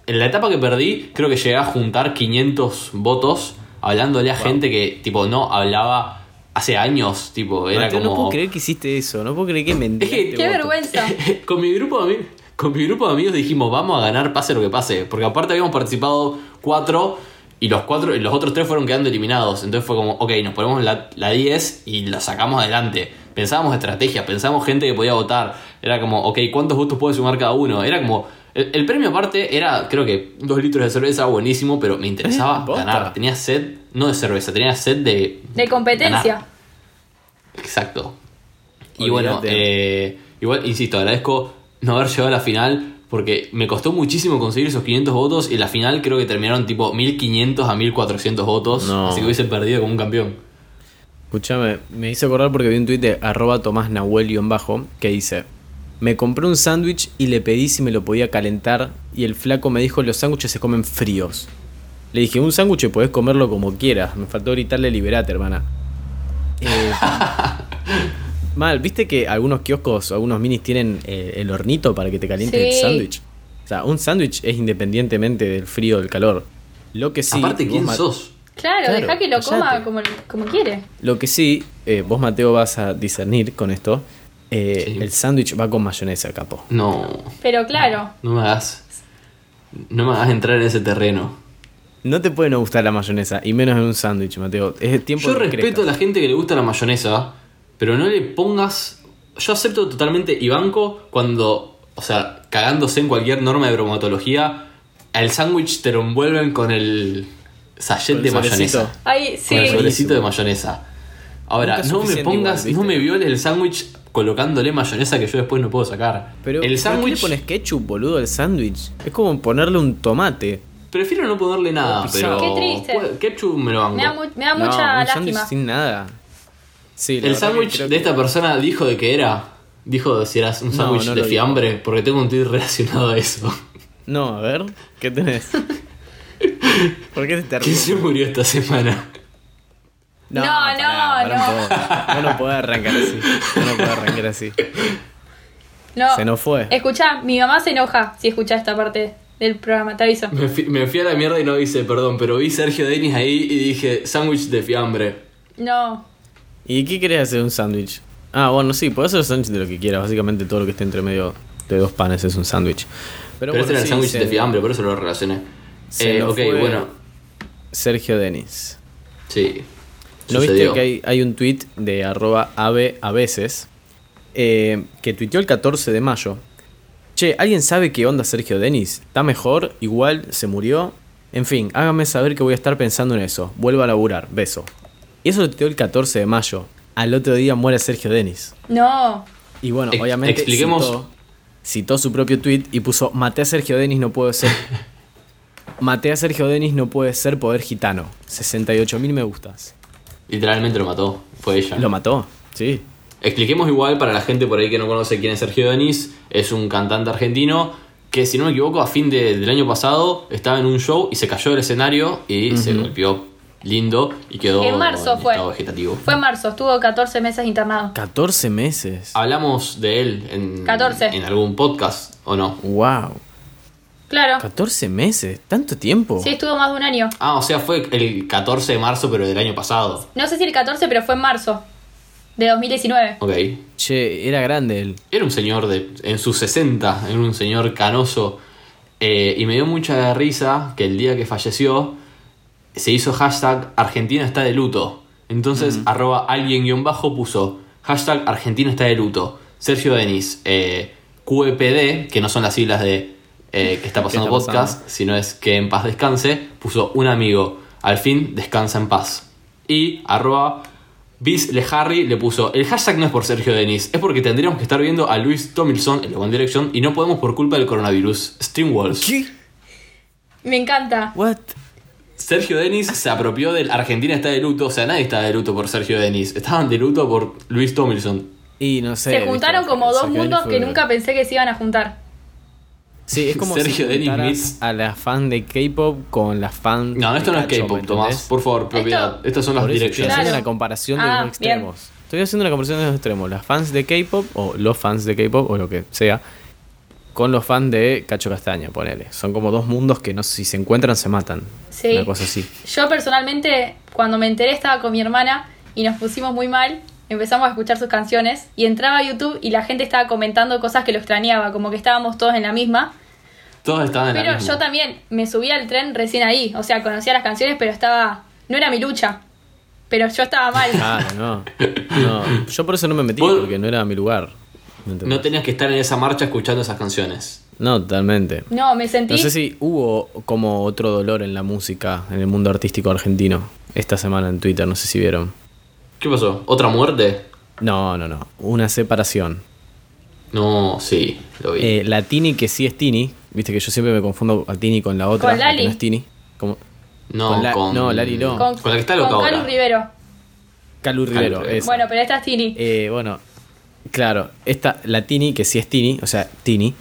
en la etapa que perdí, creo que llegué a juntar 500 votos hablándole a gente que tipo no hablaba hace años, tipo, era
Mateo,
como...
no puedo creer que hiciste eso, no puedo creer que mentiste.
Qué
Qué
voto.
vergüenza.
con mi grupo de amigos. Con mi grupo de amigos dijimos, vamos a ganar, pase lo que pase. Porque aparte habíamos participado cuatro y los cuatro y los otros tres fueron quedando eliminados. Entonces fue como, ok, nos ponemos la la 10 y la sacamos adelante. Pensábamos estrategias, pensábamos gente que podía votar. Era como, ok, ¿cuántos votos puede sumar cada uno? Era como. El, el premio aparte era, creo que, dos litros de cerveza, buenísimo, pero me interesaba
posta.
ganar. Tenía sed, no de cerveza, tenía sed de.
De
ganar.
competencia.
Exacto. Y
Olvídate.
bueno, eh, igual, insisto, agradezco no haber llegado a la final porque me costó muchísimo conseguir esos 500 votos y en la final creo que terminaron tipo 1500 a 1400 votos.
No.
Así que hubiese perdido como un campeón.
Escuchame, me hice acordar porque vi un tuit de arroba Tomás Nahuel guión bajo que dice: Me compré un sándwich y le pedí si me lo podía calentar. Y el flaco me dijo: Los sándwiches se comen fríos. Le dije: Un sándwich podés comerlo como quieras. Me faltó gritarle: Liberate, hermana. Eh, mal, viste que algunos kioscos, algunos minis tienen eh, el hornito para que te caliente el
Sí.
sándwich. O sea, un sándwich es independientemente del frío o del calor. Lo que sí.
Aparte,
vos
¿quién
ma-
sos?
Claro,
Claro,
deja que lo
callate.
coma como, como quiere.
Lo que sí, eh, vos Mateo vas a discernir con esto. eh,
Sí.
El sándwich va con mayonesa, capo.
No,
Pero claro,
no me hagas. No me hagas entrar en ese terreno.
No te puede no gustar la mayonesa, y menos en un sándwich, Mateo. Es tiempo
Yo
de
respeto a
crestas.
la gente que le gusta la mayonesa, pero no le pongas. Yo acepto totalmente y banco cuando, o sea, cagándose en cualquier norma de bromatología, al sándwich te lo envuelven con el sachet
Con el
de
sobrecito.
mayonesa.
ahí
Con el
sí.
sobrecito de mayonesa. Ahora,
Nunca es
no me
suficiente
pongas,
igual, ¿viste?
no me violes el sándwich colocándole mayonesa que yo después no puedo sacar.
Pero, ¿por qué
el
le
sándwich,
pones ketchup, boludo, al sándwich? Es como ponerle un tomate.
prefiero no ponerle nada,
Todo
pero
pisado.
Qué triste.
puede- ketchup me lo banco.
Me da, mu- me da
No,
mucha
un sándwich
lástima.
sin nada. Sí, la
El
verdad que
sándwich
creo
de
que-
esta persona dijo de que era. Dijo de si eras un
No,
sándwich
no
de
lo
fiambre, porque tengo un tweet relacionado a eso.
No, a ver, ¿qué tenés? ¿Por qué te
¿Quién
ríes?
se murió esta semana?
No, no,
pará,
no.
un poco. Vos no podés arrancar así. Vos no podés arrancar así.
No.
Se nos fue.
Escuchá, mi mamá se enoja si escucha esta parte del programa, te aviso.
Me fui, me fui a la mierda y no hice perdón, pero vi Sergio Denis ahí y dije sándwich de fiambre.
No.
¿Y qué querés hacer un sándwich? Ah, bueno, sí, podés hacer sándwich de lo que quieras. Básicamente todo lo que esté entre medio de dos panes es un sándwich.
Pero,
bueno,
este era el
sí,
sándwich
se-
de fiambre, por eso lo relacioné.
se
Eh,
nos
ok,
fue
bueno,
Sergio Denis.
sí.
¿No
Sucedió.
viste que hay, hay un tweet de arroba ave a veces eh, que tuiteó el 14 de mayo? Che, ¿alguien sabe qué onda Sergio Denis? ¿Está mejor? ¿Igual? ¿Se murió? En fin, hágame saber que voy a estar pensando en eso. Vuelvo a laburar. Beso. Y eso lo tuiteó el 14 de mayo. Al otro día muere Sergio Denis.
No.
Y bueno,
Ex-
obviamente
expliquemos-
citó, citó su propio tweet y puso Maté a Sergio Denis no puede ser. Maté a Sergio Denis no puede ser poder gitano. 68 mil me gustas.
Literalmente lo mató. Fue ella.
Lo mató, sí.
Expliquemos igual para la gente por ahí que no conoce quién es Sergio Denis, es un cantante argentino que si no me equivoco a fin de- del año pasado estaba en un show y se cayó del escenario y se golpeó lindo y quedó
En marzo fue.
estado vegetativo.
Fue en marzo, estuvo 14 meses internado.
14 meses.
Ah. Hablamos de él en,
14.
en algún podcast o no.
Wow.
Claro.
14 meses, tanto tiempo.
Sí, estuvo más de un año.
Ah, o sea, fue el 14 de marzo pero del año pasado.
No sé si el 14, pero fue en marzo de 2019.
Ok.
Che, era grande él.
Era un señor de en sus 60, era un señor canoso. eh, y me dio mucha risa que el día que falleció se hizo hashtag Argentina está de luto. Entonces, arroba alguien guión bajo puso hashtag Argentina está de luto. Sergio Denis, eh, QEPD, que no son las siglas de eh, que está pasando
está pasando?
podcast, sino es que en paz descanse, puso un amigo. Al fin descansa en paz. Y arroba Biz Lejarri le puso, el hashtag no es por Sergio Denis, es porque tendríamos que estar viendo a Luis Tomilson en The One Direction y no podemos por culpa del coronavirus. Streamwalls.
¿Qué?
Me encanta.
What?
Sergio Denis se apropió del Argentina está de luto, o sea, nadie está de luto por Sergio Denis, estaban de luto por Luis Tomlinson.
Y no sé.
Se
viste,
juntaron como dos
Sergio Denis
mundos
fue-
que nunca pensé que se iban a juntar.
Sí, es como
Sergio
si
Denis
juntaras
meets-
a la fan de K-pop con la fan
No, esto
de
no es
Cacho, ¿me
K-pop,
entendés?
Tomás, por favor, propiedad.
Esto-
Estas son las
Por eso estoy
direcciones.
haciendo
Claro.
una comparación de
Ah,
los extremos. Estoy haciendo una comparación de los extremos. Las fans de K-pop, o los fans de K-pop, o lo que sea, con los fans de Cacho Castaña, ponele. Son como dos mundos que no si se encuentran se matan.
Sí.
Una cosa así.
Yo personalmente, cuando me enteré, estaba con mi hermana y nos pusimos muy mal. Empezamos a escuchar sus canciones y entraba a YouTube y la gente estaba comentando cosas que lo extrañaba, como que estábamos todos en la misma.
Todos estaban en la
Pero
misma.
yo también me subí al tren recién ahí, o sea, conocía las canciones, pero estaba. No era mi lucha, pero yo estaba mal.
Ah.
Claro, no. No, Yo por eso no me metí,
Vos-
porque no era mi lugar. ¿Me entendés?
No tenías que estar en esa marcha escuchando esas canciones.
No, totalmente.
No, me sentí.
No sé si hubo como otro dolor en la música, en el mundo artístico argentino, esta semana en Twitter, no sé si vieron.
¿Qué pasó? ¿Otra muerte?
No, no, no. Una separación.
No, sí, lo vi.
Eh, la Tini que sí es Tini, viste que yo siempre me confundo a Tini con la otra,
Con
la que
Lali.
no es Tini. Como
no,
con
con,
la- no, Lali no.
Con, la que está loca
con Calu
ahora.
Rivero.
Calu Rivero.
Rivero.
esa.
Bueno, pero esta es Tini.
Eh, bueno, claro, esta, la Tini, que sí es Tini, o sea, Tini,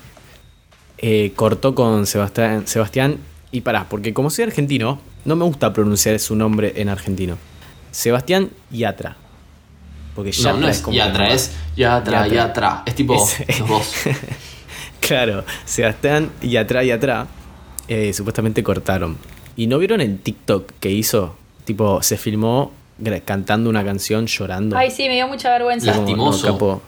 eh, cortó con Sebastián, Sebastián. Y pará, porque como soy argentino, no me gusta pronunciar su nombre en argentino. Sebastián Yatra. Porque Yatra
no, no es
como.
Yatra, es Yatra,
Yatra.
Yatra. Es tipo
Es-
los dos.
Claro, Sebastián Yatra Yatra. eh, supuestamente cortaron. ¿Y no vieron el TikTok que hizo? Tipo, se filmó gra- cantando una canción llorando.
Ay, sí, me dio mucha vergüenza.
La- Lastimoso.
capo.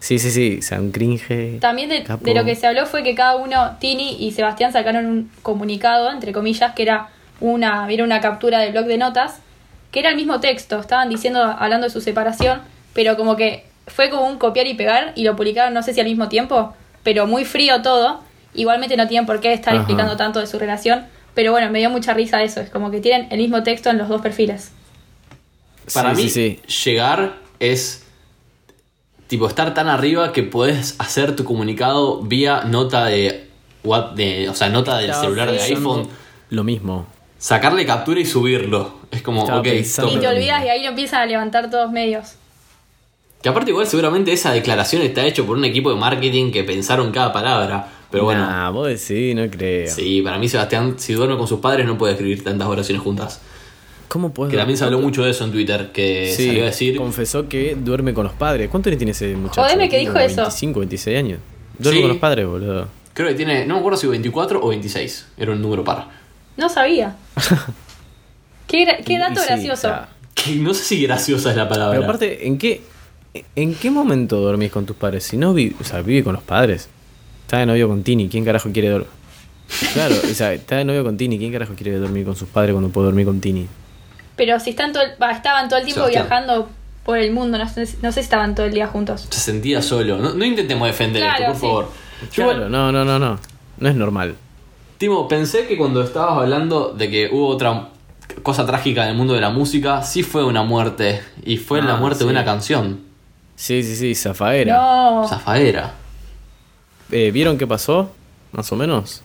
Sí, sí, sí, o sea, un cringe.
También de,
Capo.
de lo que se habló fue que cada uno, Tini y Sebastián, sacaron un comunicado, entre comillas, que era una, era una captura del blog de notas, que era el mismo texto, estaban diciendo, hablando de su separación, pero como que fue como un copiar y pegar y lo publicaron, no sé si al mismo tiempo, pero muy frío todo. Igualmente no tienen por qué estar
Ajá.
explicando tanto de su relación, pero bueno, me dio mucha risa eso, es como que tienen el mismo texto en los dos perfiles.
Para
Sí,
mí,
sí,
llegar es tipo estar tan arriba que puedes hacer tu comunicado vía nota de, what- de o sea, nota del
Estaba
celular de
pensando-
iPhone,
sí. Lo mismo.
sacarle captura y subirlo. Es como,
Estaba
ok,
pensando-
tome.
Y te
pero-
olvidas y ahí lo empiezan a levantar todos medios.
Que aparte igual seguramente esa declaración está hecho por un equipo de marketing que pensaron cada palabra. Pero bueno,
Nah, vos decís, no creo.
sí, para mí Sebastián, si duerme con sus padres no puede escribir tantas oraciones juntas.
¿Cómo puedes
Que también se habló mucho de eso en Twitter, que salió a decir...
confesó que duerme con los padres. ¿Cuánto le tiene ese muchacho?
Jodeme que
Tiene
dijo eso.
25, 26 años. Duerme
Sí.
con los padres, boludo.
Creo que tiene, no me acuerdo si 24 o 26, era un número par.
No sabía. qué, gra- qué
Y-
dato
y sí,
gracioso.
o sea,
Que no sé si graciosa es la palabra.
Pero aparte, ¿en qué, ¿en qué momento dormís con tus padres? Si no vi, o sea, vive con los padres. Está de novio con Tini, ¿quién carajo quiere dormir? Claro, o sea, está de novio con Tini, ¿quién carajo quiere dormir con sus padres cuando puede dormir con Tini?
Pero si están todo el- va, estaban todo el tiempo
Sebastián.
viajando por el mundo, no sé, no sé si estaban todo el día juntos.
Se sentía solo. No, no intentemos defender
Claro,
esto, por
sí.
favor. Yo
Claro,
igual,
no, no, no, no. No es normal.
Timo, pensé que cuando estabas hablando de que hubo otra cosa trágica en el mundo de la música, sí fue una muerte. Y fue
Ah,
la muerte
sí.
de una canción,
Sí, sí, sí, Zafaera.
No.
Zafaera.
Eh, ¿Vieron qué pasó? Más o menos.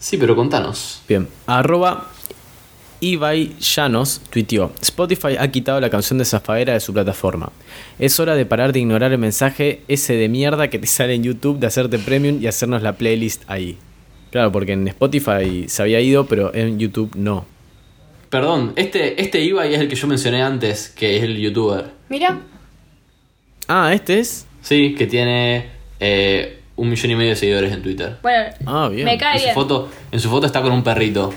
Sí, pero contanos.
Bien. Arroba Ibai Llanos tuiteó: Spotify ha quitado la canción de Zafaera de su plataforma. Es hora de parar de ignorar el mensaje ese de mierda que te sale en YouTube de hacerte premium y hacernos la playlist ahí. Claro, porque en Spotify se había ido, pero en YouTube no.
Perdón, este, este Ibai es el que yo mencioné antes, que es el youtuber.
Mira,
Ah, este es.
Sí, que tiene eh, un millón y medio de seguidores en Twitter.
bueno,
Ah, bien.
me cae
En su,
bien.
foto, en su foto está con un perrito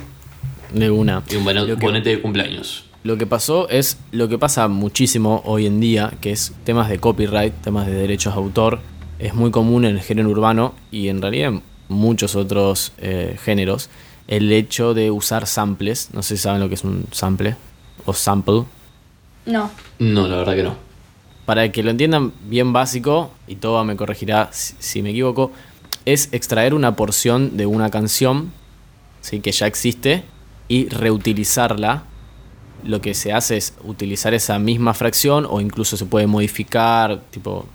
De una.
y un bono-
Lo que-
bonete de cumpleaños.
Lo que pasó es lo que pasa muchísimo hoy en día, que es temas de copyright, temas de derechos de autor. Es muy común en el género urbano y en realidad en muchos otros eh, géneros el hecho de usar samples. No sé si saben lo que es un sample o sample.
No.
No, la verdad que no.
Para que lo entiendan bien básico, y Toba me corregirá si, si me equivoco, es extraer una porción de una canción ¿sí? que ya existe y reutilizarla. Lo que se hace es utilizar esa misma fracción o incluso se puede modificar, tipo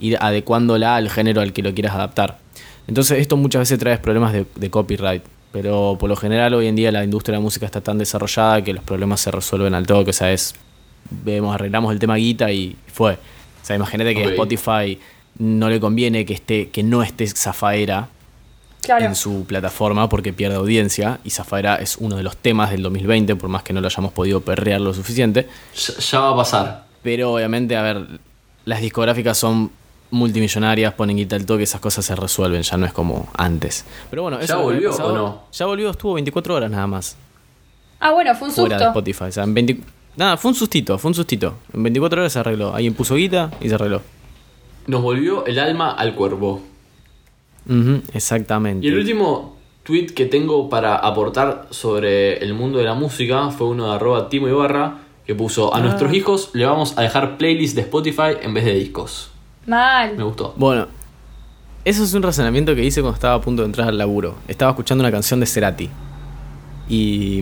ir adecuándola al género al que lo quieras adaptar. Entonces esto muchas veces trae problemas de, de copyright, pero por lo general hoy en día la industria de la música está tan desarrollada que los problemas se resuelven al toque, o sea, es, vemos, arreglamos el tema guita y fue. O sea, imagínate que
Ok.
Spotify no le conviene que, esté, que no esté Zafaera
Claro.
en su plataforma porque pierde audiencia y Zafaera es uno de los temas del 2020 por más que no lo hayamos podido perrear lo suficiente.
Ya, ya va a pasar.
Pero obviamente, a ver, las discográficas son multimillonarias, ponen guita al toque, esas cosas se resuelven, ya no es como antes. Pero bueno,
¿Ya
eso es lo que
volvió
había pasado.
o no?
Ya volvió, estuvo 24 horas nada más
Ah, bueno, fue un
fuera de
susto.
Spotify. O sea, en 20 Nada, fue un sustito, fue un sustito. En 24 horas se arregló. Alguien puso guita y se arregló.
Nos volvió el alma al cuervo.
Ujú, exactamente.
Y el último tweet que tengo para aportar sobre el mundo de la música fue uno de arroba Timo Ibarra que puso a nuestros hijos le vamos a dejar playlists de Spotify en vez de discos. Me
Mal.
gustó.
Bueno, eso es un razonamiento que hice cuando estaba a punto de entrar al laburo. Estaba escuchando una canción de Cerati. Y,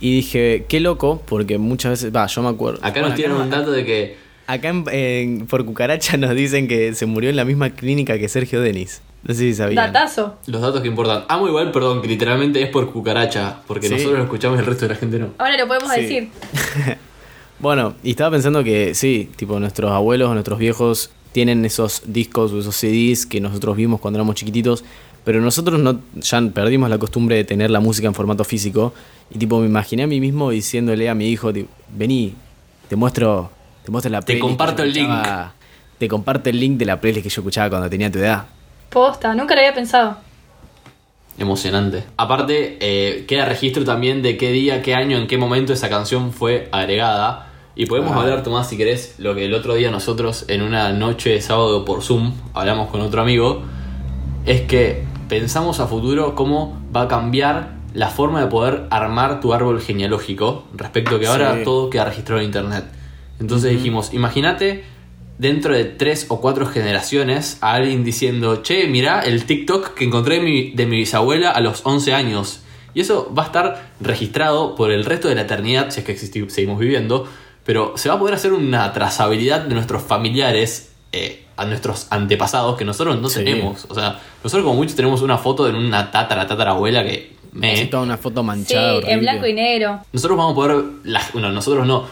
y dije, qué loco, porque muchas veces. Va, yo me acuerdo.
Acá
Bueno,
nos tienen un dato de que
Acá en- en- por cucaracha nos dicen que se murió en la misma clínica que Sergio Denis. No sé si sabían.
Datazo.
los datos que importan. Amo igual, perdón, que literalmente es por cucaracha, porque
Sí.
nosotros lo escuchamos y el resto de la gente no.
Ahora lo podemos
Sí.
decir.
Bueno, y estaba pensando que sí, tipo nuestros abuelos o nuestros viejos tienen esos discos o esos CDs que nosotros vimos cuando éramos chiquititos, pero nosotros no, ya perdimos la costumbre de tener la música en formato físico. Y tipo, me imaginé a mí mismo diciéndole a mi hijo, tipo, vení, te muestro, te muestro la
Te
playlist que
comparto
yo
el link.
escuchaba- Te comparto el link de la playlist que yo escuchaba cuando tenía tu edad.
Posta, nunca lo había pensado.
Emocionante. Aparte, eh, queda registro también de qué día, qué año, en qué momento esa canción fue agregada. Y podemos
Ah.
hablar, Tomás, si querés, lo que el otro día nosotros, en una noche de sábado por Zoom, hablamos con otro amigo, es que pensamos a futuro cómo va a cambiar la forma de poder armar tu árbol genealógico, respecto a que ahora
Sí.
todo queda registrado en Internet. Entonces dijimos, imagínate dentro de tres o cuatro generaciones a alguien diciendo, che, mirá el TikTok que encontré de mi, de mi bisabuela a los 11 años. Y eso va a estar registrado por el resto de la eternidad, si es que existi- seguimos viviendo, pero se va a poder hacer una trazabilidad de nuestros familiares eh, a nuestros antepasados que nosotros no
Sí.
tenemos. O sea, nosotros como muchos tenemos una foto de una tatara, tatara abuela que... Me...
Así toda una foto
Sí,
manchada.
en
horrible.
blanco y negro.
Nosotros vamos a poder. las- bueno, nosotros no.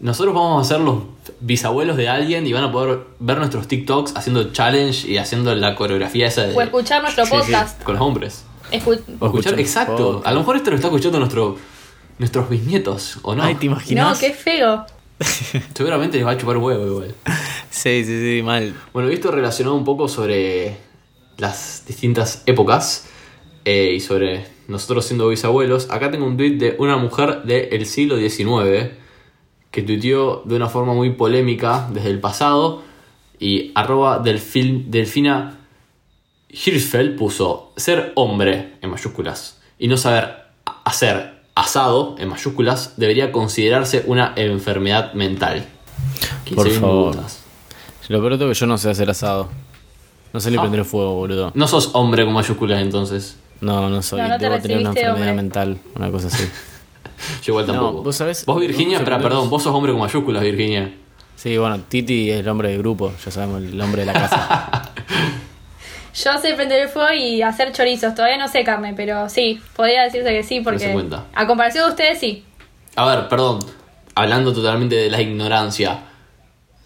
Nosotros vamos a ser los bisabuelos de alguien y van a poder ver nuestros TikToks haciendo challenge y haciendo la coreografía esa de.
O escuchar nuestro
Eh, Sí, sí.
podcast.
con los hombres.
Escu-
O escuchar-
Escuchar, exacto.
podcast.
A lo mejor esto lo está escuchando nuestro, nuestros bisnietos, ¿o no?
Ay, ¿te imaginas?
No, qué feo.
Seguramente les va a chupar huevo igual.
Sí, sí, sí, mal.
Bueno, y esto relacionado un poco sobre las distintas épocas eh, y sobre nosotros siendo bisabuelos. Acá tengo un tweet de una mujer del siglo XIX que tuiteó de una forma muy polémica desde el pasado y arroba delfil- delfina Hirschfeld puso ser hombre en mayúsculas y no saber a- hacer asado en mayúsculas debería considerarse una enfermedad mental.
Por
15.000 me
favor.
gustas.
Lo peor de todo es que yo no sé hacer asado. No sé ni
Ah.
prender fuego, boludo.
No sos hombre con mayúsculas entonces.
No, no soy.
No, no te
Debo tener una
recibiste,
enfermedad
hombre.
mental, una cosa así.
Yo igual
No,
tampoco.
vos sabés-
Vos, Virginia,
no,
espera,
sorprendés.
perdón, vos sos hombre con mayúsculas, Virginia.
Sí, bueno, Titi es el hombre del grupo, ya sabemos, el hombre de la casa.
Yo sé prender el fuego y hacer chorizos. Todavía no sé carne, pero sí, podría decirse que sí, porque
se cuenta.
a comparación de ustedes sí.
A ver, perdón, hablando totalmente de la ignorancia.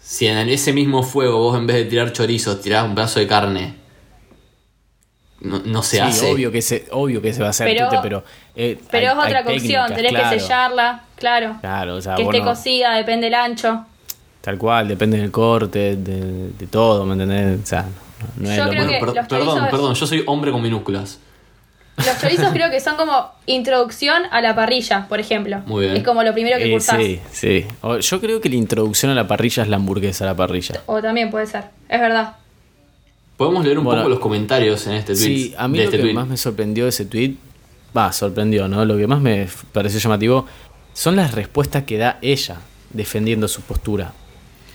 Si en ese mismo fuego vos en vez de tirar chorizos tirás un pedazo de carne, no, no se
sí,
hace.
obvio que se, obvio que se va a hacer,
Pero-
Titi, pero. eh,
Pero
hay-
es otra
hay
cocción,
técnicas,
tenés que
claro.
sellarla, claro.
Claro, o sea,
que
vos
esté
no-
cocida, depende del ancho.
Tal cual, depende del corte, de, de todo, ¿me entendés? O sea, no es
Yo
lo
creo
bueno.
que-
Per-
los
perdón,
chorizos-
perdón, yo soy hombre con minúsculas.
Los chorizos creo que son como introducción a la parrilla, por ejemplo.
Muy bien.
Es como lo primero que
Eh,
cursás.
sí, sí. O- Yo creo que la introducción a la parrilla es la hamburguesa a la parrilla.
O también puede ser, es verdad.
Podemos leer un
Bueno,
poco los comentarios en este tweet.
Sí, a mí
de
lo
este
que
tweet.
más me sorprendió de ese tweet, va, sorprendió, ¿no? Lo que más me f- pareció llamativo son las respuestas que da ella defendiendo su postura.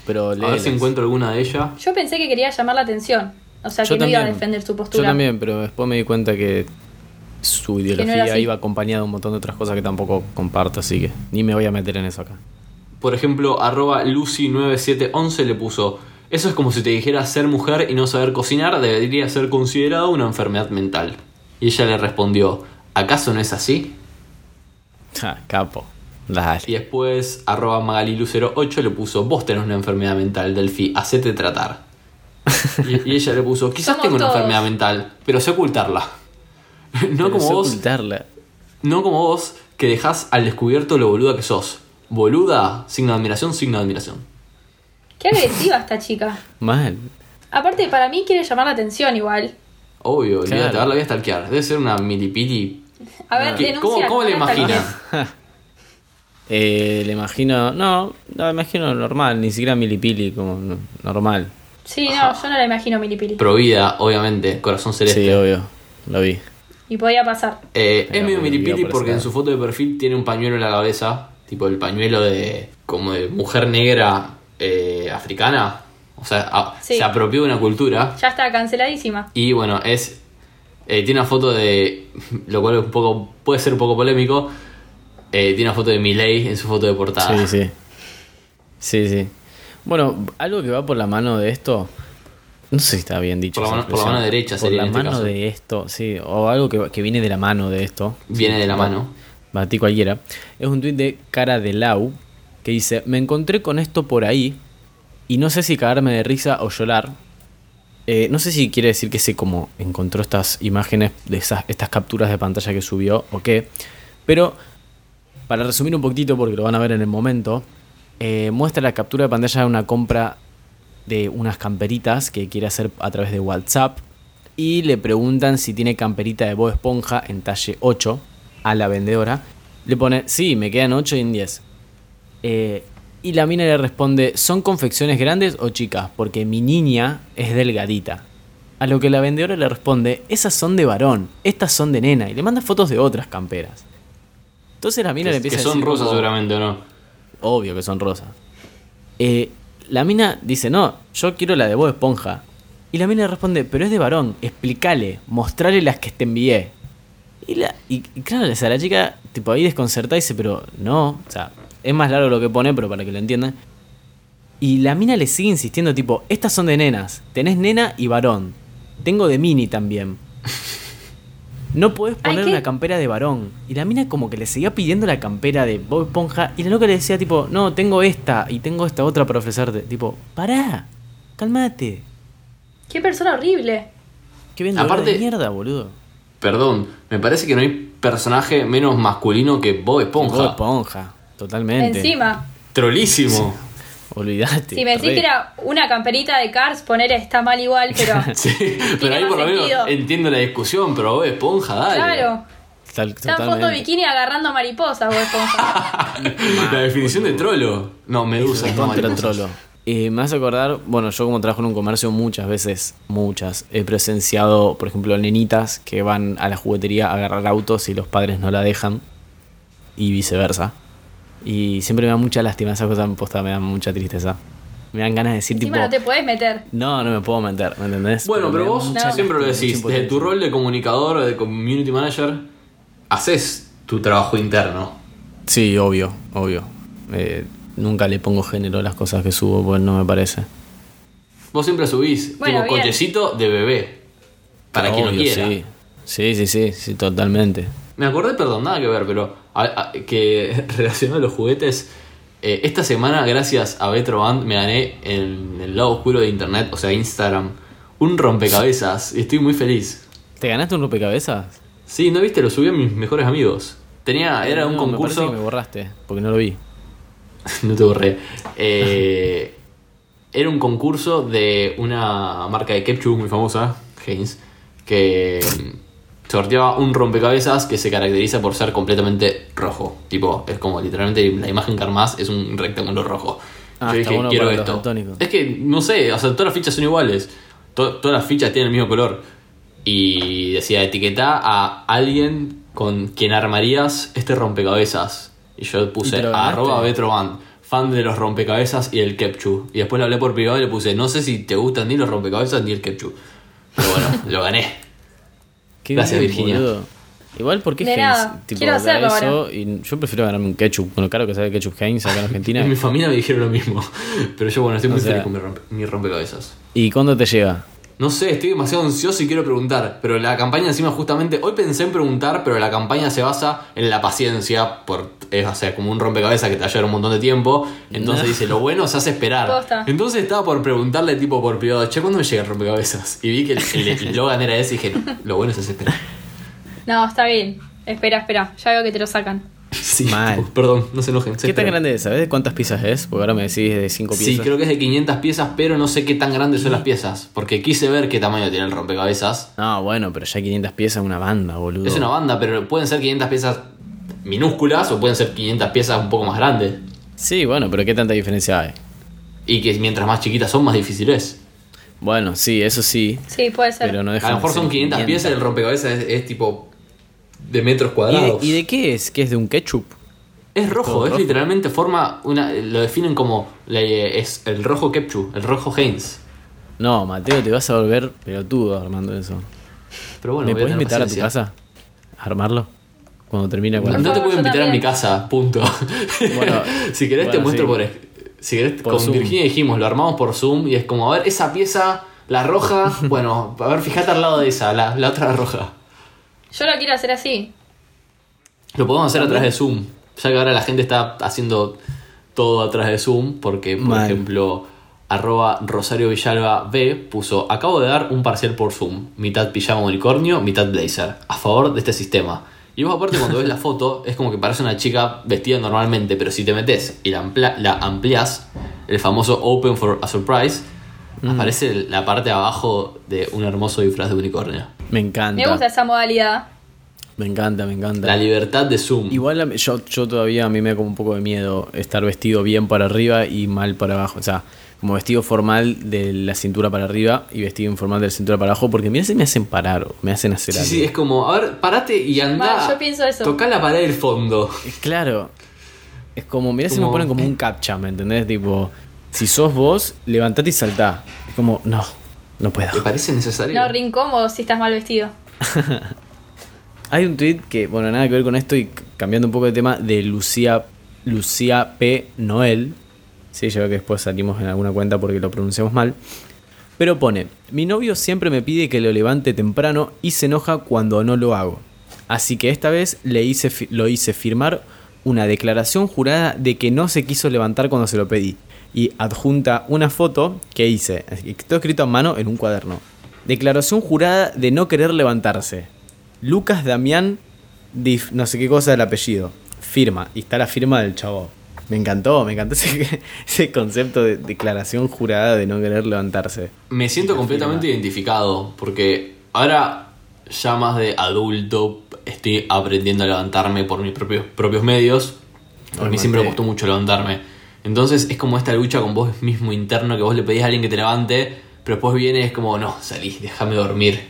Pero
A ver si
léelas.
encuentro alguna de ellas.
Yo pensé que quería llamar la atención. O sea,
Yo
que no iba a
también.
defender su postura.
Yo también, pero después me di cuenta que su ideología
así.
iba acompañada de un montón de otras cosas que tampoco comparto, así que ni me voy a meter en eso acá.
Por ejemplo, arroba Lucy9711 le puso, eso es como si te dijera ser mujer y no saber cocinar debería ser considerado una enfermedad mental. Y ella le respondió, ¿acaso no es así?
Ja, capo.
Y
Dale.
después arroba Magalilu08 le puso, vos tenés una enfermedad mental, Delphi, hacete tratar. Y, y ella le puso, quizás
Somos
tengo una
todos.
enfermedad mental, pero sé ocultarla. no,
Pero
como
sé
vos,
ocultarla.
no como vos, que dejás al descubierto lo boluda que sos. Boluda, signo de admiración, signo de admiración.
Qué agresiva esta chica.
Mal.
Aparte, para mí quiere llamar la atención igual.
Obvio, olvídate,
Claro.
ahora la voy a stalkear. Debe ser una milipili.
A ver,
Ah, ¿Qué- ¿Cómo,
denuncia.
cómo le
hasta el
imaginan?
diez.
Eh, le imagino. No, la imagino normal, ni siquiera milipili, como no- normal.
Sí, no, yo no la imagino Milipili.
Provida, obviamente, corazón celeste.
Sí, obvio, lo vi.
Y podía pasar.
Eh, es
Pero
medio
me olvidó
milipili
por
porque
ese
en
lado.
su foto de perfil tiene un pañuelo en la cabeza, tipo el pañuelo de como de mujer negra eh, africana. O sea, a-
Sí.
se apropió de una cultura.
Ya está canceladísima.
Y bueno, es eh, tiene una foto de, lo cual es un poco puede ser un poco polémico. eh, tiene una foto de Miley en su foto de portada.
Sí, sí. Sí, sí. Bueno, algo que va por la mano de esto. No sé si está bien dicho.
Por la
esa
mano- por la
expresión.
mano derecha
Por
sería
la
en este
mano
caso.
de esto, sí. O algo que, que viene de la mano de esto.
Viene de la mano.
Batí cualquiera. Es un tuit de Cara de Lau que dice: Me encontré con esto por ahí y no sé si cagarme de risa o llorar. Eh, no sé si quiere decir que se como encontró estas imágenes de esas, estas capturas de pantalla que subió o qué. Pero para resumir un poquitito, porque lo van a ver en el momento, eh, muestra la captura de pantalla de una compra de unas camperitas que quiere hacer a través de WhatsApp. Y le preguntan si tiene camperita de Bob Esponja en talle 8 a la vendedora. Le pone, sí, me quedan 8 y en 10. Eh, y la mina le responde, ¿son confecciones grandes o chicas? Porque mi niña es delgadita. A lo que la vendedora le responde, esas son de varón, estas son de nena. Y le manda fotos de otras camperas. Entonces la mina le
Que, que
empieza a
son
decir
rosas
como-
seguramente o no.
Obvio que son rosas. Eh, la mina dice, no, yo quiero la de Bob Esponja. Y la mina le responde, pero es de varón, explicale, mostrale las que te envié. Y, la, y, y claro, o sea, la chica tipo ahí desconcertada dice, pero no, o sea, es más largo lo que pone, pero para que lo entiendan. Y la mina le sigue insistiendo, tipo, estas son de nenas, tenés nena y varón. Tengo de mini también. No podés
Ay,
poner
¿qué?
una campera de varón. Y la mina como que le seguía pidiendo la campera de Bob Esponja. Y la loca le decía tipo, no, tengo esta y tengo esta otra para ofrecerte. Tipo, pará, calmate.
Qué persona horrible.
Qué vendedor
Aparte-
de mierda, boludo.
Perdón, me parece que no hay personaje menos masculino que Bob Esponja.
Bob Esponja, totalmente.
Encima.
Trolísimo.
Olvídate.
Si me decís
re.
que era una camperita de Cars, poner está mal igual, pero.
Sí, pero ahí
más
por lo menos
sentido.
entiendo la discusión, pero Bob Esponja, dale.
claro.
Tal-
Está en foto de
totalmente.
bikini agarrando mariposas, vos, Esponja.
La definición de trolo. No, medusa. no,
Contra
mariposa.
trolo. Eh, me hace acordar, bueno, yo como trabajo en un comercio muchas veces, muchas, he presenciado, por ejemplo, nenitas que van a la juguetería a agarrar autos y los padres no la dejan y viceversa. Y siempre me da mucha lástima, esas cosas posta, me dan mucha tristeza. Me dan ganas de decir tipo...
Encima no te podés meter.
No, no me puedo meter, ¿me entendés?
Bueno, pero
me da
vos
mucha
siempre lo
lástima,
decís.
mucha
Desde
impotencia.
tu rol de comunicador, de community manager, haces tu trabajo interno.
Sí, obvio, obvio. Eh, nunca le pongo género a las cosas que subo, pues no me parece.
Vos siempre subís,
Bueno,
tipo
bien.
cochecito de bebé. Para quien lo
Obvio,
quiera.
sí. Sí, sí, sí, sí, totalmente.
Me acordé, perdón, nada que ver, pero a- a- que relacionado a los juguetes, eh, esta semana, gracias a Betroband, me gané en el lado oscuro de internet, o sea, Instagram, un rompecabezas y estoy muy feliz.
¿Te ganaste un rompecabezas?
Sí, ¿no viste? Lo subí a mis mejores amigos. Tenía, era un
Eh, No, Me parece
concurso.
que me borraste, porque no lo vi.
no te borré. Eh, era un concurso de una marca de ketchup muy famosa, Heinz, que mm, sorteaba un rompecabezas que se caracteriza por ser completamente rojo. Tipo, es como literalmente la imagen que armás es un rectángulo rojo.
Ah, está bueno para los daltónicos.
Es que, no sé, o sea, todas las fichas son iguales. To- todas las fichas tienen el mismo color. Y decía, etiquetá a alguien con quien armarías este rompecabezas. Y yo
¿Y
puse
te lo ganaste?
arroba Betroband, fan de los rompecabezas y el Kepchu. Y después le hablé por privado y le puse, no sé si te gustan ni los rompecabezas ni el Kepchu. Pero bueno, lo gané.
Qué
Gracias, Virginia.
boludo. Igual, ¿por qué
De
Heinz?
nada, quiero
da
hacerlo ahora.
Y yo prefiero ganarme un ketchup. Bueno, claro que sabe ketchup Heinz acá en Argentina.
En mi familia me dijeron lo mismo. Pero yo, bueno, estoy muy
O sea-
feliz con mi, rompe- mi rompecabezas.
¿Y cuándo te llega?
No sé, estoy demasiado ansioso y quiero preguntar. Pero la campaña encima justamente, hoy pensé en preguntar, pero la campaña se basa en la paciencia, por, es, o sea, como un rompecabezas que te va a llevar un montón de tiempo. Entonces dice, lo bueno se hace esperar.
Posta.
Entonces estaba por preguntarle tipo por privado, che, ¿cuándo me llega el rompecabezas? Y vi que el, el eslogan era ese y dije, no, lo bueno se hace esperar.
No, está bien. Espera, espera. Ya veo que te lo sacan.
Sí,
Mal.
tipo, perdón, no se enojen. se
¿Qué tan
esperan.
grande es? ¿Sabes de cuántas piezas es? Porque ahora me decís de 5 piezas.
Sí, creo que es de 500 piezas, pero no sé qué tan grandes son las piezas. Porque quise ver qué tamaño tiene el rompecabezas.
No, bueno, pero ya 500 piezas es una banda, boludo.
Es una banda, pero pueden ser 500 piezas minúsculas o pueden ser 500 piezas un poco más grandes.
Sí, bueno, pero ¿qué tanta diferencia hay?
Y que mientras más chiquitas son, más difíciles.
Bueno, sí, eso sí.
Sí, puede ser.
Pero no deja
A lo
de
mejor
ser
son 500 piezas y el rompecabezas es, es tipo de metros
¿Y de-
cuadrados.
¿Y de qué es? ¿Qué es de un ketchup?
Es rojo,
Todo
es
rojo.
literalmente forma una. Lo definen como. le- es el rojo Kepchu, el rojo Heinz.
No, Mateo, te vas a volver pelotudo armando eso.
Pero bueno,
¿Me
voy a
puedes
tener
invitar a tu
paciencia.
casa? ¿A armarlo? Cuando termina con la-
No te
favor,
puedo
yo
invitar a
también.
mi casa, punto.
Bueno,
si querés te
bueno,
muestro
sí.
por. es- Si querés,
Por
con
Zoom.
Virginia dijimos, lo armamos por Zoom y es como, a ver, esa pieza, la roja. bueno, a ver, fijate al lado de esa, la, la otra roja.
Yo lo quiero hacer así.
Lo podemos hacer a través de Zoom. Ya que ahora la gente está haciendo todo a través de Zoom, porque, por
Mal.
ejemplo, arroba Rosario Villalba B puso, acabo de dar un parcial por Zoom, mitad pijama unicornio, mitad blazer, a favor de este sistema. Y vos aparte cuando ves la foto es como que parece una chica vestida normalmente, pero si te metes y la, amplia- la amplias, el famoso Open for a Surprise,
Mm.
aparece la parte de abajo de un hermoso disfraz de unicornio.
Me encanta.
Me gusta esa modalidad.
Me encanta, me encanta.
La libertad de Zoom.
Igual a- yo, yo todavía a mí me da como un poco de miedo estar vestido bien para arriba y mal para abajo. O sea, como vestido formal de la cintura para arriba y vestido informal de la cintura para abajo, porque mira si me hacen parar o me hacen hacer
Sí,
algo.
sí, es como, a ver, parate y anda.
Mal, yo pienso eso.
Toca la pared del fondo.
Es Claro. Es como, mirá si me
Como-
ponen como un captcha, ¿me entendés? Tipo, si sos vos, levantate y saltá. Es como, no, no puedo.
¿Te parece necesario?
No, re incómodo si estás mal vestido.
Hay un tweet que, bueno, nada que ver con esto y c- cambiando un poco de tema, de Lucía, Lucía P. Noel. Sí, yo creo que después salimos en alguna cuenta porque lo pronunciamos mal. Pero pone, mi novio siempre me pide que lo levante temprano y se enoja cuando no lo hago. Así que esta vez le hice fi- lo hice firmar una declaración jurada de que no se quiso levantar cuando se lo pedí. Y adjunta una foto que hice, que está escrito a mano en un cuaderno. Declaración jurada de no querer levantarse. Lucas Damián, Dif- no sé qué cosa del apellido. Firma. Y está la firma del chavo. Me encantó, me encantó ese, ese concepto de declaración jurada de no querer levantarse.
Me siento completamente identificado porque ahora ya más de adulto estoy aprendiendo a levantarme por mis propios, propios medios. A mí
Obviamente.
siempre me costó mucho levantarme. Entonces es como esta lucha con vos mismo interno que vos le pedís a alguien que te levante, pero después viene y es como, no, salí, déjame dormir.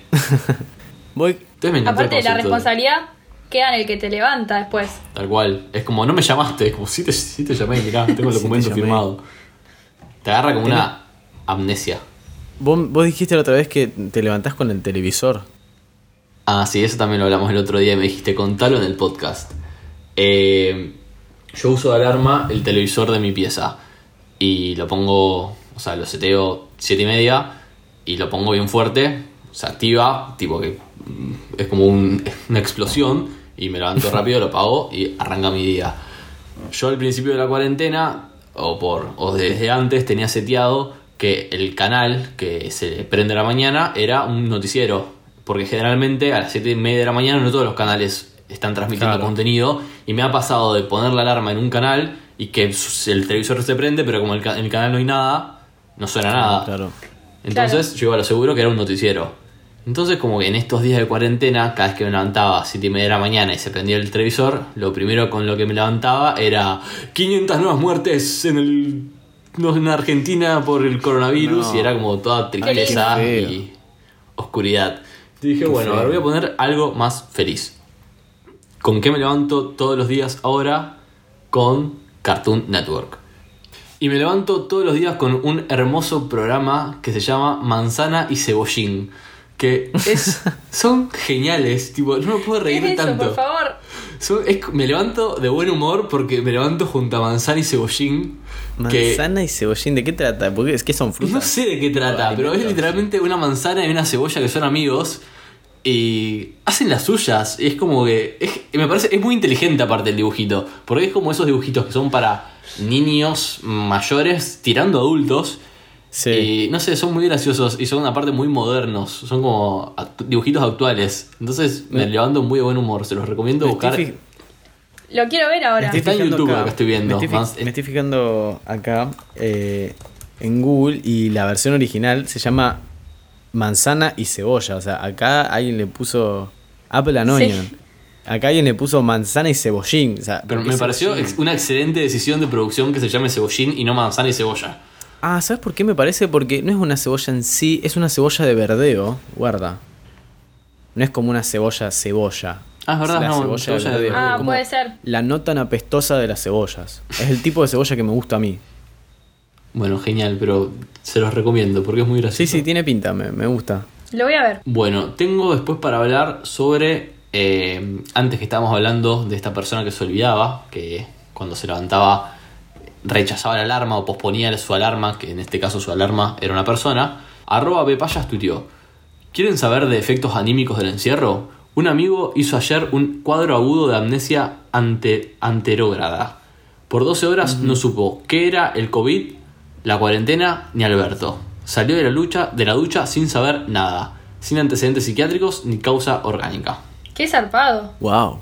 Voy.
Entonces me encantó el
Aparte de la
concepto.
responsabilidad, queda en el que te levanta después.
Tal cual. Es como, no me llamaste. Es como, sí te, sí te llamé, mirá, tengo el
Sí te
documento
llamé.
firmado. Te agarra como una amnesia.
Vos, vos dijiste la otra vez que te levantás con el televisor.
Ah, sí, eso también lo hablamos el otro día y me dijiste, contalo en el podcast. Eh, yo uso de alarma el televisor de mi pieza y lo pongo, o sea, lo seteo 7 y media y lo pongo bien fuerte, se activa, tipo que mm, es como un- una explosión y me levanto rápido, lo apago y arranca mi día. Yo al principio de la cuarentena, o, por, o desde antes, tenía seteado que el canal que se prende a la mañana era un noticiero. Porque generalmente a las 7 y media de la mañana no todos los canales están transmitiendo
Claro.
contenido. Y me ha pasado de poner la alarma en un canal y que el televisor se prende, pero como el ca- en el canal no hay nada, no suena nada.
Claro.
Entonces
Claro.
yo iba a lo seguro que era un noticiero. Entonces como que en estos días de cuarentena, cada vez que me levantaba a 7 y media de la mañana y se prendía el televisor, lo primero con lo que me levantaba era 500 nuevas muertes en el no, en Argentina por el coronavirus
No.
y era como toda tristeza
Ay, qué feo.
y oscuridad. Y dije, bueno, ahora voy a poner algo más feliz. ¿Con qué me levanto todos los días ahora? Con Cartoon Network. Y me levanto todos los días con un hermoso programa que se llama Manzana y Cebollín. Que es, son geniales, tipo, no me puedo
¿Qué
reír
es eso,
tanto.
por favor?
Son- es- me levanto de buen humor porque me levanto junto a Manzana y Cebollín. que-
Manzana y cebollín, ¿de qué trata? Porque es que son frutas.
Pues no sé de qué trata,
Alimentos.
pero es literalmente una manzana y una cebolla que son amigos y hacen las suyas. Y es como que. es- me parece. Es muy inteligente, aparte, el dibujito. Porque es como esos dibujitos que son para niños mayores tirando adultos.
Sí.
Y no sé, son muy graciosos y son, aparte, muy modernos. Son como act- dibujitos actuales. Entonces me levanto muy de buen humor. Se los recomiendo
Me
buscar.
estoy fi-
Lo quiero ver ahora.
Está en
fijando
YouTube lo que estoy viendo,
Me estoy, fi-
más-
me estoy fijando acá eh, en Google y la versión original se llama Manzana y Cebolla. O sea, acá alguien le puso Apple and
Sí.
Onion. Acá alguien le puso manzana y cebollín. o sea,
Pero
¿por qué
me pareció
cebollín?
ex- una excelente decisión de producción que se llame cebollín y no manzana y cebolla.
Ah, ¿sabes por qué me parece? Porque no es una cebolla en sí, es una cebolla de verdeo. Guarda. No es como una cebolla cebolla.
Ah, es verdad,
la
no,
cebolla,
cebolla
de
de
verdeo.
verdeo.
Ah,
Como
puede ser.
La no tan apestosa de las cebollas. Es el tipo de cebolla que me gusta a mí.
Bueno, genial, pero se los recomiendo porque es muy gracioso.
Sí, sí, tiene pinta, me, me gusta.
Lo voy a ver.
Bueno, tengo después para hablar sobre. eh, antes que estábamos hablando de esta persona que se olvidaba, que cuando se levantaba rechazaba la alarma o posponía su alarma, que en este caso su alarma era una persona. Arroba Bepayas tuiteó. ¿Quieren saber de efectos anímicos del encierro? Un amigo hizo ayer un cuadro agudo de amnesia ante, anterógrada. Por 12 horas no supo qué era el COVID, la cuarentena ni Alberto. Salió de la, lucha, de la ducha sin saber nada, sin antecedentes psiquiátricos ni causa orgánica.
Qué zarpado.
Wow.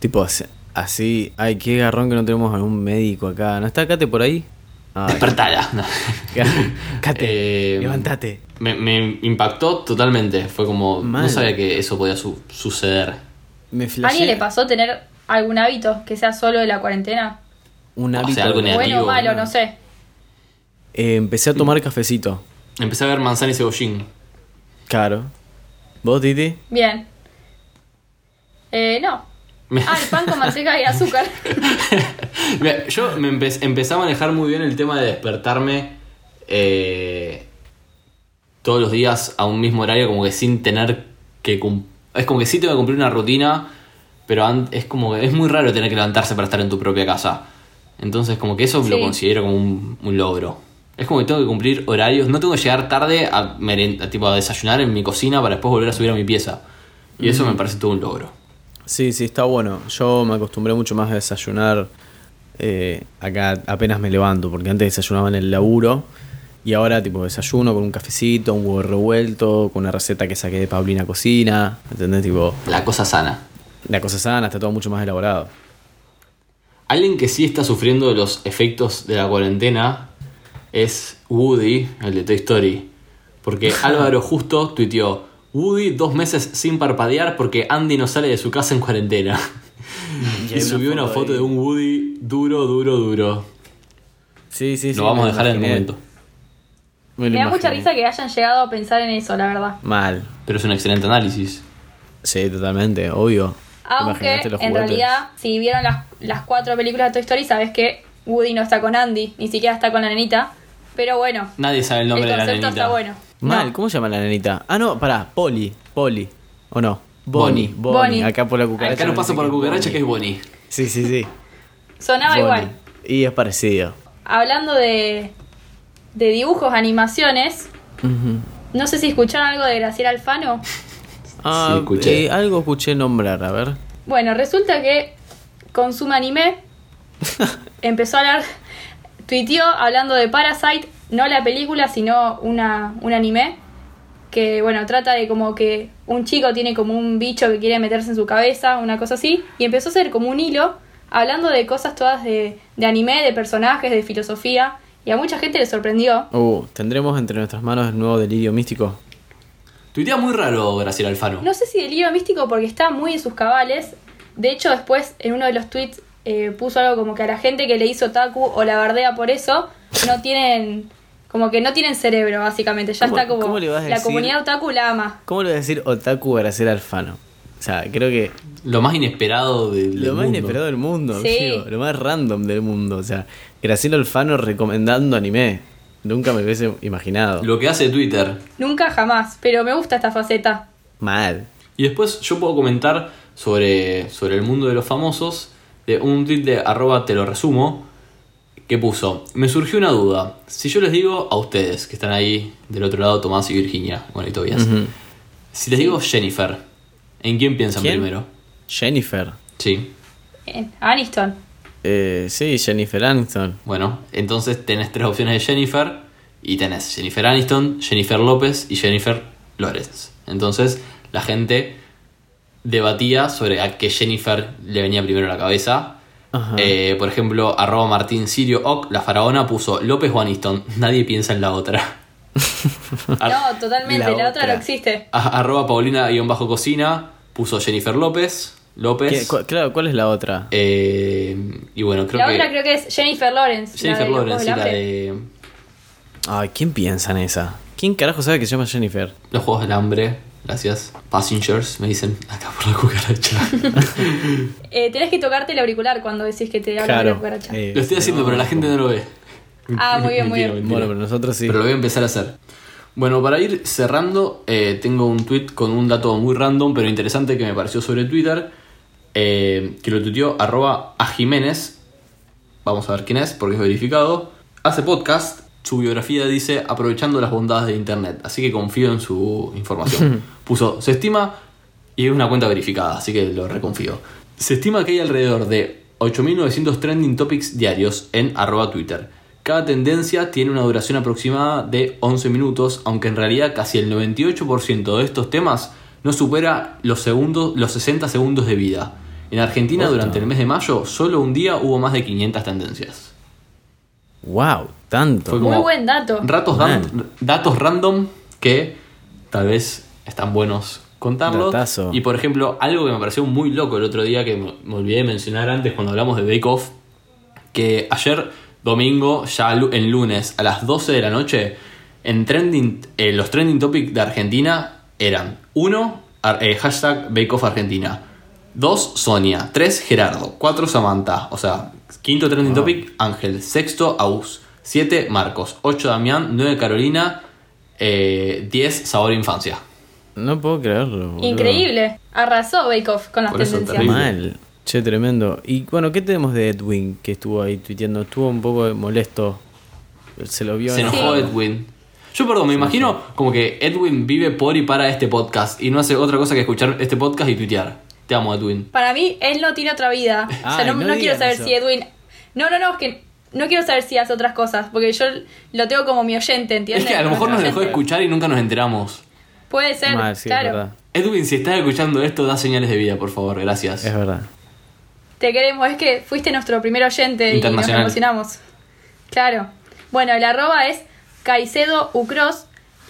Tipo, así- así. Ay, qué garrón que no tenemos algún médico acá. ¿No está Cate por ahí? Ah, Ay,
Despertala. No.
Cate,
Eh,
levántate.
Me, me impactó totalmente. Fue como. No
Mal.
sabía que eso podía su- suceder.
Me
¿A alguien le
flashé
pasó tener algún hábito que sea solo de la cuarentena?
un hábito.
algo
de-
negativo.
bueno o malo,
¿no?
no sé.
Eh, empecé a tomar cafecito.
Empecé a ver manzana y cebollín.
Claro. ¿Vos, Titi?
Bien. Eh, no. Ah, el pan con manteca y azúcar.
Mira, yo me empe- empecé a manejar muy bien el tema de despertarme eh, todos los días a un mismo horario, como que sin tener que cum- Es como que sí tengo que cumplir una rutina, pero an- es como que es muy raro tener que levantarse para estar en tu propia casa. Entonces, como que eso lo
Sí.
considero como un, un logro. Es como que tengo que cumplir horarios, no tengo que llegar tarde a, meren- a tipo, a desayunar en mi cocina para después volver a subir a mi pieza. Y eso me parece todo un logro.
Sí, sí, está bueno. Yo me acostumbré mucho más a desayunar eh, acá apenas me levanto, porque antes desayunaba en el laburo y ahora tipo desayuno con un cafecito, un huevo revuelto, con una receta que saqué de Paulina Cocina, ¿entendés? Tipo,
La cosa sana.
la cosa sana, está todo mucho más elaborado.
Alguien que sí está sufriendo de los efectos de la cuarentena es Woody, el de Toy Story. Porque Álvaro Justo tuiteó, Woody dos meses sin parpadear porque Andy no sale de su casa en cuarentena. Y,
Mm, hay una
subió una
foto
foto
ahí.
de un Woody duro, duro, duro.
Sí, sí, sí.
Lo vamos a
me
dejar en el
imaginé.
momento.
lo
Me da mucha
imaginé.
risa que hayan llegado a pensar en eso, la verdad.
Mal.
Pero es un excelente análisis.
Sí, totalmente, obvio.
Aunque,
Imaginaste los
en
juguetes.
realidad, si vieron las, las cuatro películas de Toy Story, sabes que Woody no está con Andy, ni siquiera está con la nenita. Pero bueno,
Nadie sabe el
el
nombre de la
concepto
nenita.
está bueno.
Mal,
No.
¿cómo se llama la nenita? Ah, no, pará, Poli, Poli, ¿o no?
Bonnie.
Bonnie, Bonnie,
Bonnie.
acá por la cucaracha.
Acá nos pasa por la cucaracha que es Bonnie.
Sí, sí, sí.
Sonaba
Bonnie.
igual.
Y es parecido.
Hablando de, de dibujos, animaciones, no sé si escucharon algo de Graciela Alfano.
Ah,
Sí, escuché.
eh, algo escuché nombrar, a ver.
Bueno, resulta que consume anime. empezó a hablar, tuiteó hablando de Parasite, no la película, sino una, un anime. Que bueno, trata de como que un chico tiene como un bicho que quiere meterse en su cabeza, una cosa así. Y empezó a hacer como un hilo hablando de cosas todas de, de anime, de personajes, de filosofía. Y a mucha gente le sorprendió.
Uh, ¿tendremos entre nuestras manos el nuevo delirio místico?
Tuitea muy raro, Graciela Alfano.
No sé si delirio místico porque está muy en sus cabales. De hecho, después en uno de los tweets eh, puso algo como que a la gente que le hizo Taku o la bardea por eso, no tienen. Como que no tienen cerebro, básicamente. Ya
¿Cómo-
está como.
cómo le vas a
la
decir?
comunidad otaku la ama.
¿Cómo le voy a decir Otaku Graciela Alfano? O sea, creo que
Lo más inesperado de
lo más inesperado del mundo,
Sí.
digo, lo más random del mundo. O sea, Graciela Alfano recomendando anime. Nunca me hubiese imaginado.
Lo que hace Twitter.
Nunca jamás, pero me gusta esta faceta.
Mal.
Y después yo puedo comentar sobre, sobre el mundo de los famosos, de un tweet de arroba te lo resumo, que puso, me surgió una duda, si yo les digo a ustedes que están ahí del otro lado, Tomás y Virginia, bueno y Tobias, si les digo Jennifer, ¿en quién piensan
¿Quién?
primero?
Jennifer.
Sí,
Eh, Aniston.
Eh, sí, Jennifer Aniston.
bueno, entonces tenés tres opciones de Jennifer y tenés Jennifer Aniston, Jennifer López y Jennifer Lawrence. Entonces la gente debatía sobre a qué Jennifer le venía primero a la cabeza.
Ajá.
Eh, por ejemplo, arroba Martín Sirio Oc, la faraona puso López o Aniston. Nadie piensa en la otra. Ar-
No, totalmente,
la
la, otra
otra.
no existe.
a- arroba Paulina-cocina puso Jennifer López.
¿Qué-
López.
cu- claro, ¿cuál es la otra?
Eh, y bueno, creo
la
que.
otra creo que es Jennifer Lawrence.
Jennifer
la de
Lawrence,
los
sí,
Juegos
la
del Hambre.
de
Ay, ¿quién piensa en esa? ¿Quién carajo sabe que se llama Jennifer?
Los Juegos del Hambre. Gracias. Passengers, me dicen acá por la cucaracha.
Eh, tenés que tocarte el auricular cuando decís que te hablan de la
Claro.
cucaracha.
eh,
lo estoy haciendo,
no,
pero la gente no lo ve.
Ah, muy bien,
Mentira,
muy bien.
mentira.
Bueno, pero nosotros sí.
Pero lo voy a empezar a hacer. Bueno, para ir cerrando, eh, tengo un tweet con un dato muy random, pero interesante que me pareció sobre Twitter, eh, que lo tuiteó arroba a Jiménez, vamos a ver quién es, porque es verificado, hace podcast, su biografía dice aprovechando las bondades de Internet, así que confío en su información. Puso, se estima, y es una cuenta verificada, así que lo reconfío. Se estima que hay alrededor de 8.900 trending topics diarios en arroba Twitter. Cada tendencia tiene una duración aproximada de 11 minutos, aunque en realidad casi el 98% de estos temas no supera los, segundos, los 60 segundos de vida. En Argentina
Posta.
durante el mes de mayo, solo un día hubo más de 500 tendencias.
Wow, tanto.
Fue como-
Muy buen dato.
Ratos dan-
Man.
datos random que tal vez están buenos contarlos.
Datazo.
Y por ejemplo, algo que me pareció muy loco el otro día que me, me olvidé de mencionar antes cuando hablamos de Bake Off, que ayer domingo, ya lu- en lunes, a las 12 de la noche, en trending, eh, los trending topics de Argentina eran 1. hashtag Bake Off Argentina. 2. Sonia. 3. Gerardo. 4. Samantha. O sea, quinto trending topic, Ángel. Sexto, Aus. 7. Marcos. 8. Damián. 9. Carolina. 10. sabor Infancia.
No puedo creerlo. boludo.
Increíble. Arrasó Bake Off con las
Por eso,
tendencias.
terrible.
Mal. Che, tremendo. Y bueno, ¿qué tenemos de Edwin que estuvo ahí tuiteando? Estuvo un poco molesto. Se lo vio
Se
en-
enojó Edwin. Yo, perdón, me imagino como que Edwin vive por y para este podcast y no hace otra cosa que escuchar este podcast y tuitear. Te amo, Edwin.
Para mí, él no tiene otra vida. o sea,
Ay,
no,
no
no quiero
digan
saber
eso.
si Edwin. No, no, no, es que no quiero saber si hace otras cosas, porque yo lo tengo como mi oyente,
Es
¿entiendes?
que a lo mejor nos dejó de
Oyente.
escuchar y nunca nos enteramos.
Puede ser,
Mal, sí, es
claro.
verdad.
Edwin, si estás escuchando esto, da señales de vida, por favor, gracias.
Es verdad.
Te queremos, es que fuiste nuestro primer oyente y nos
Internacional.
emocionamos. Claro. Bueno, el arroba es Caicedo Ucros.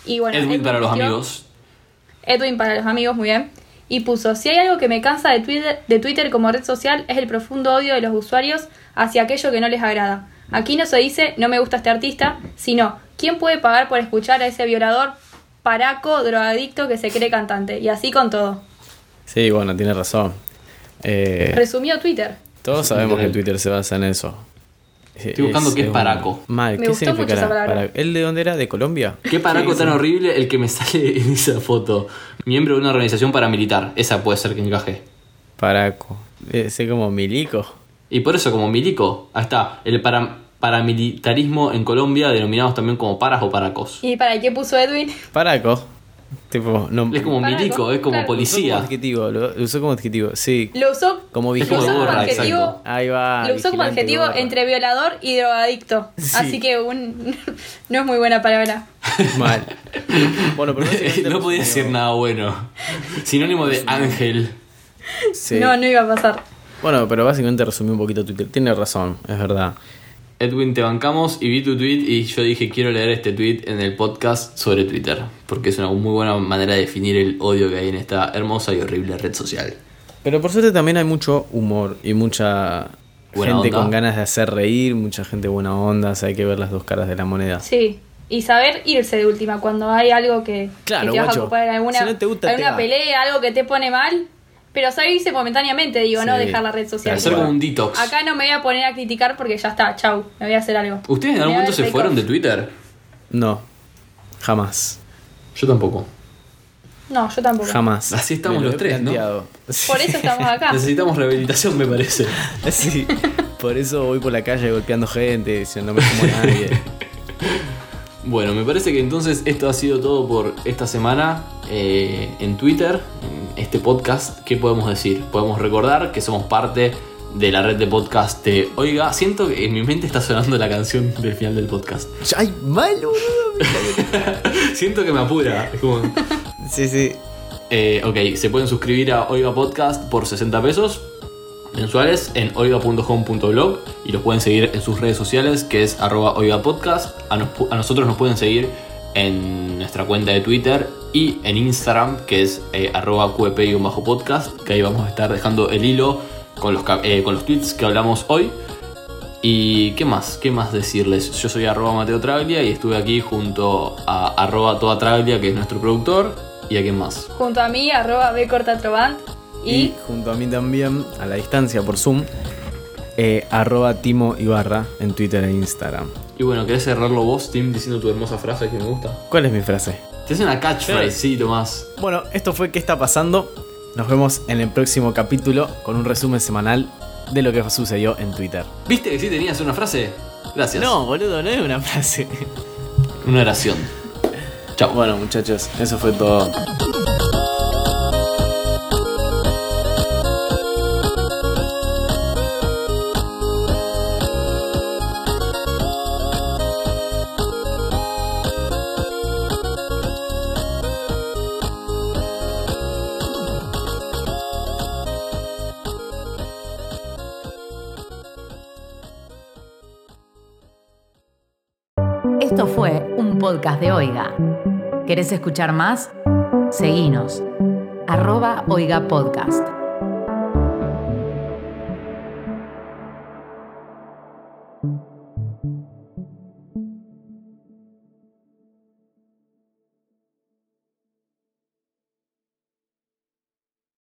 Y bueno,
Edwin para los
tuiteó-
amigos.
Edwin para los amigos, muy bien. Y puso, si hay algo que me cansa de Twitter, de Twitter como red social es el profundo odio de los usuarios hacia aquello que no les agrada. Aquí no se dice, no me gusta este artista, sino, ¿quién puede pagar por escuchar a ese violador paraco, drogadicto que se cree cantante? Y así con todo.
Sí, bueno, tiene razón. Eh,
Resumió Twitter.
todos sabemos que Twitter se basa en eso.
Estoy buscando qué es paraco.
Mal,
Me
¿qué
gustó mucho
significa
esa
para-
palabra.
¿El de dónde era? ¿De Colombia?
Qué paraco tan horrible el que me sale en esa foto. Miembro de una organización paramilitar. Esa puede ser que encaje.
Paraco. Ese como milico.
Y por eso, como milico, ahí está. El para- paramilitarismo en Colombia, denominados también como paras o paracos.
¿Y para qué puso Edwin?
Paraco. Tipo, no.
Es como
Paraco,
milico, es como
claro.
lo usó como
policía.
adjetivo, lo, lo usó como adjetivo. Sí.
Lo usó,
Como
lo usó
vigilante
como
gorra,
adjetivo,
exacto.
Ahí va.
lo usó como
vigilante,
adjetivo
gorra.
entre violador y drogadicto.
Sí.
Así que un, no es muy buena palabra.
Mal. Bueno, pero básicamente
no podía decir
resumió-
nada bueno. Sinónimo de ángel.
Sí.
No, no iba a pasar.
Bueno, pero básicamente resumió un poquito Twitter. Tiene razón, es verdad.
Edwin, te bancamos y vi tu tweet y yo dije quiero leer este tweet en el podcast sobre Twitter, porque es una muy buena manera de definir el odio que hay en esta hermosa y horrible red social.
Pero por suerte también hay mucho humor y mucha
Buena
gente
onda.
con ganas de hacer reír, mucha gente buena onda, o sea, hay que ver las dos caras de la moneda.
Sí. Y saber irse de última cuando hay algo que, que
Claro,
te vas a
guacho.
ocupar en alguna,
Si no te gusta,
alguna
te va.
pelea, algo que te pone mal. Pero irse momentáneamente, digo, no
Sí.
dejar la red social.
Hacer como un detox.
Acá no me voy a poner a criticar porque ya está, chau, me voy a hacer algo.
¿Ustedes en
Me
algún
voy a
momento
ver
se
Bake
fueron
Off.
de Twitter?
No, jamás,
Yo tampoco.
No, yo tampoco.
jamás.
Así estamos
Me lo
los
he
tres, ¿no?
planteado. Sí.
Por eso estamos acá.
Necesitamos rehabilitación, me parece.
Sí. Por eso voy por la calle golpeando gente, diciendo no me como a nadie.
Bueno, me parece que entonces esto ha sido todo por esta semana eh, en Twitter, en este podcast. ¿Qué podemos decir? Podemos recordar que somos parte de la red de podcast de Oiga. Siento que en mi mente está sonando la canción del final del podcast.
Ay, mal, boludo.
Siento que me apura. es como-
Sí, sí.
Eh, ok, se pueden suscribir a Oiga Podcast por 60 pesos mensuales en oiga.home.blog y los pueden seguir en sus redes sociales que es arroba oiga podcast. A, nos- a nosotros nos pueden seguir en nuestra cuenta de Twitter y en Instagram, que es eh, arroba QEP-podcast, que ahí vamos a estar dejando el hilo con los, cap- eh, con los tweets que hablamos hoy. ¿Y qué más? ¿Qué más decirles? Yo soy arroba Mateo Traglia y estuve aquí junto a arroba Toda Traglia, que es nuestro productor, y a quién más.
Junto a mí, arroba B corta Trovant. Y
junto a mí también, a la distancia por Zoom, eh, arroba Timo Ibarra en Twitter e Instagram.
Y bueno, ¿querés cerrarlo vos, Tim, diciendo tu hermosa frase que me gusta?
¿Cuál es mi frase?
Te hace una catchphrase, sí, Tomás.
Bueno, esto fue ¿Qué está pasando? Nos vemos en el próximo capítulo con un resumen semanal de lo que sucedió en Twitter.
¿Viste que sí tenías una frase? Gracias.
No, boludo, no es una frase.
Una oración. Chao.
Bueno, muchachos, eso fue todo.
Esto fue un podcast de Oiga. ¿Querés escuchar más? Seguinos. Arroba Oiga Podcast.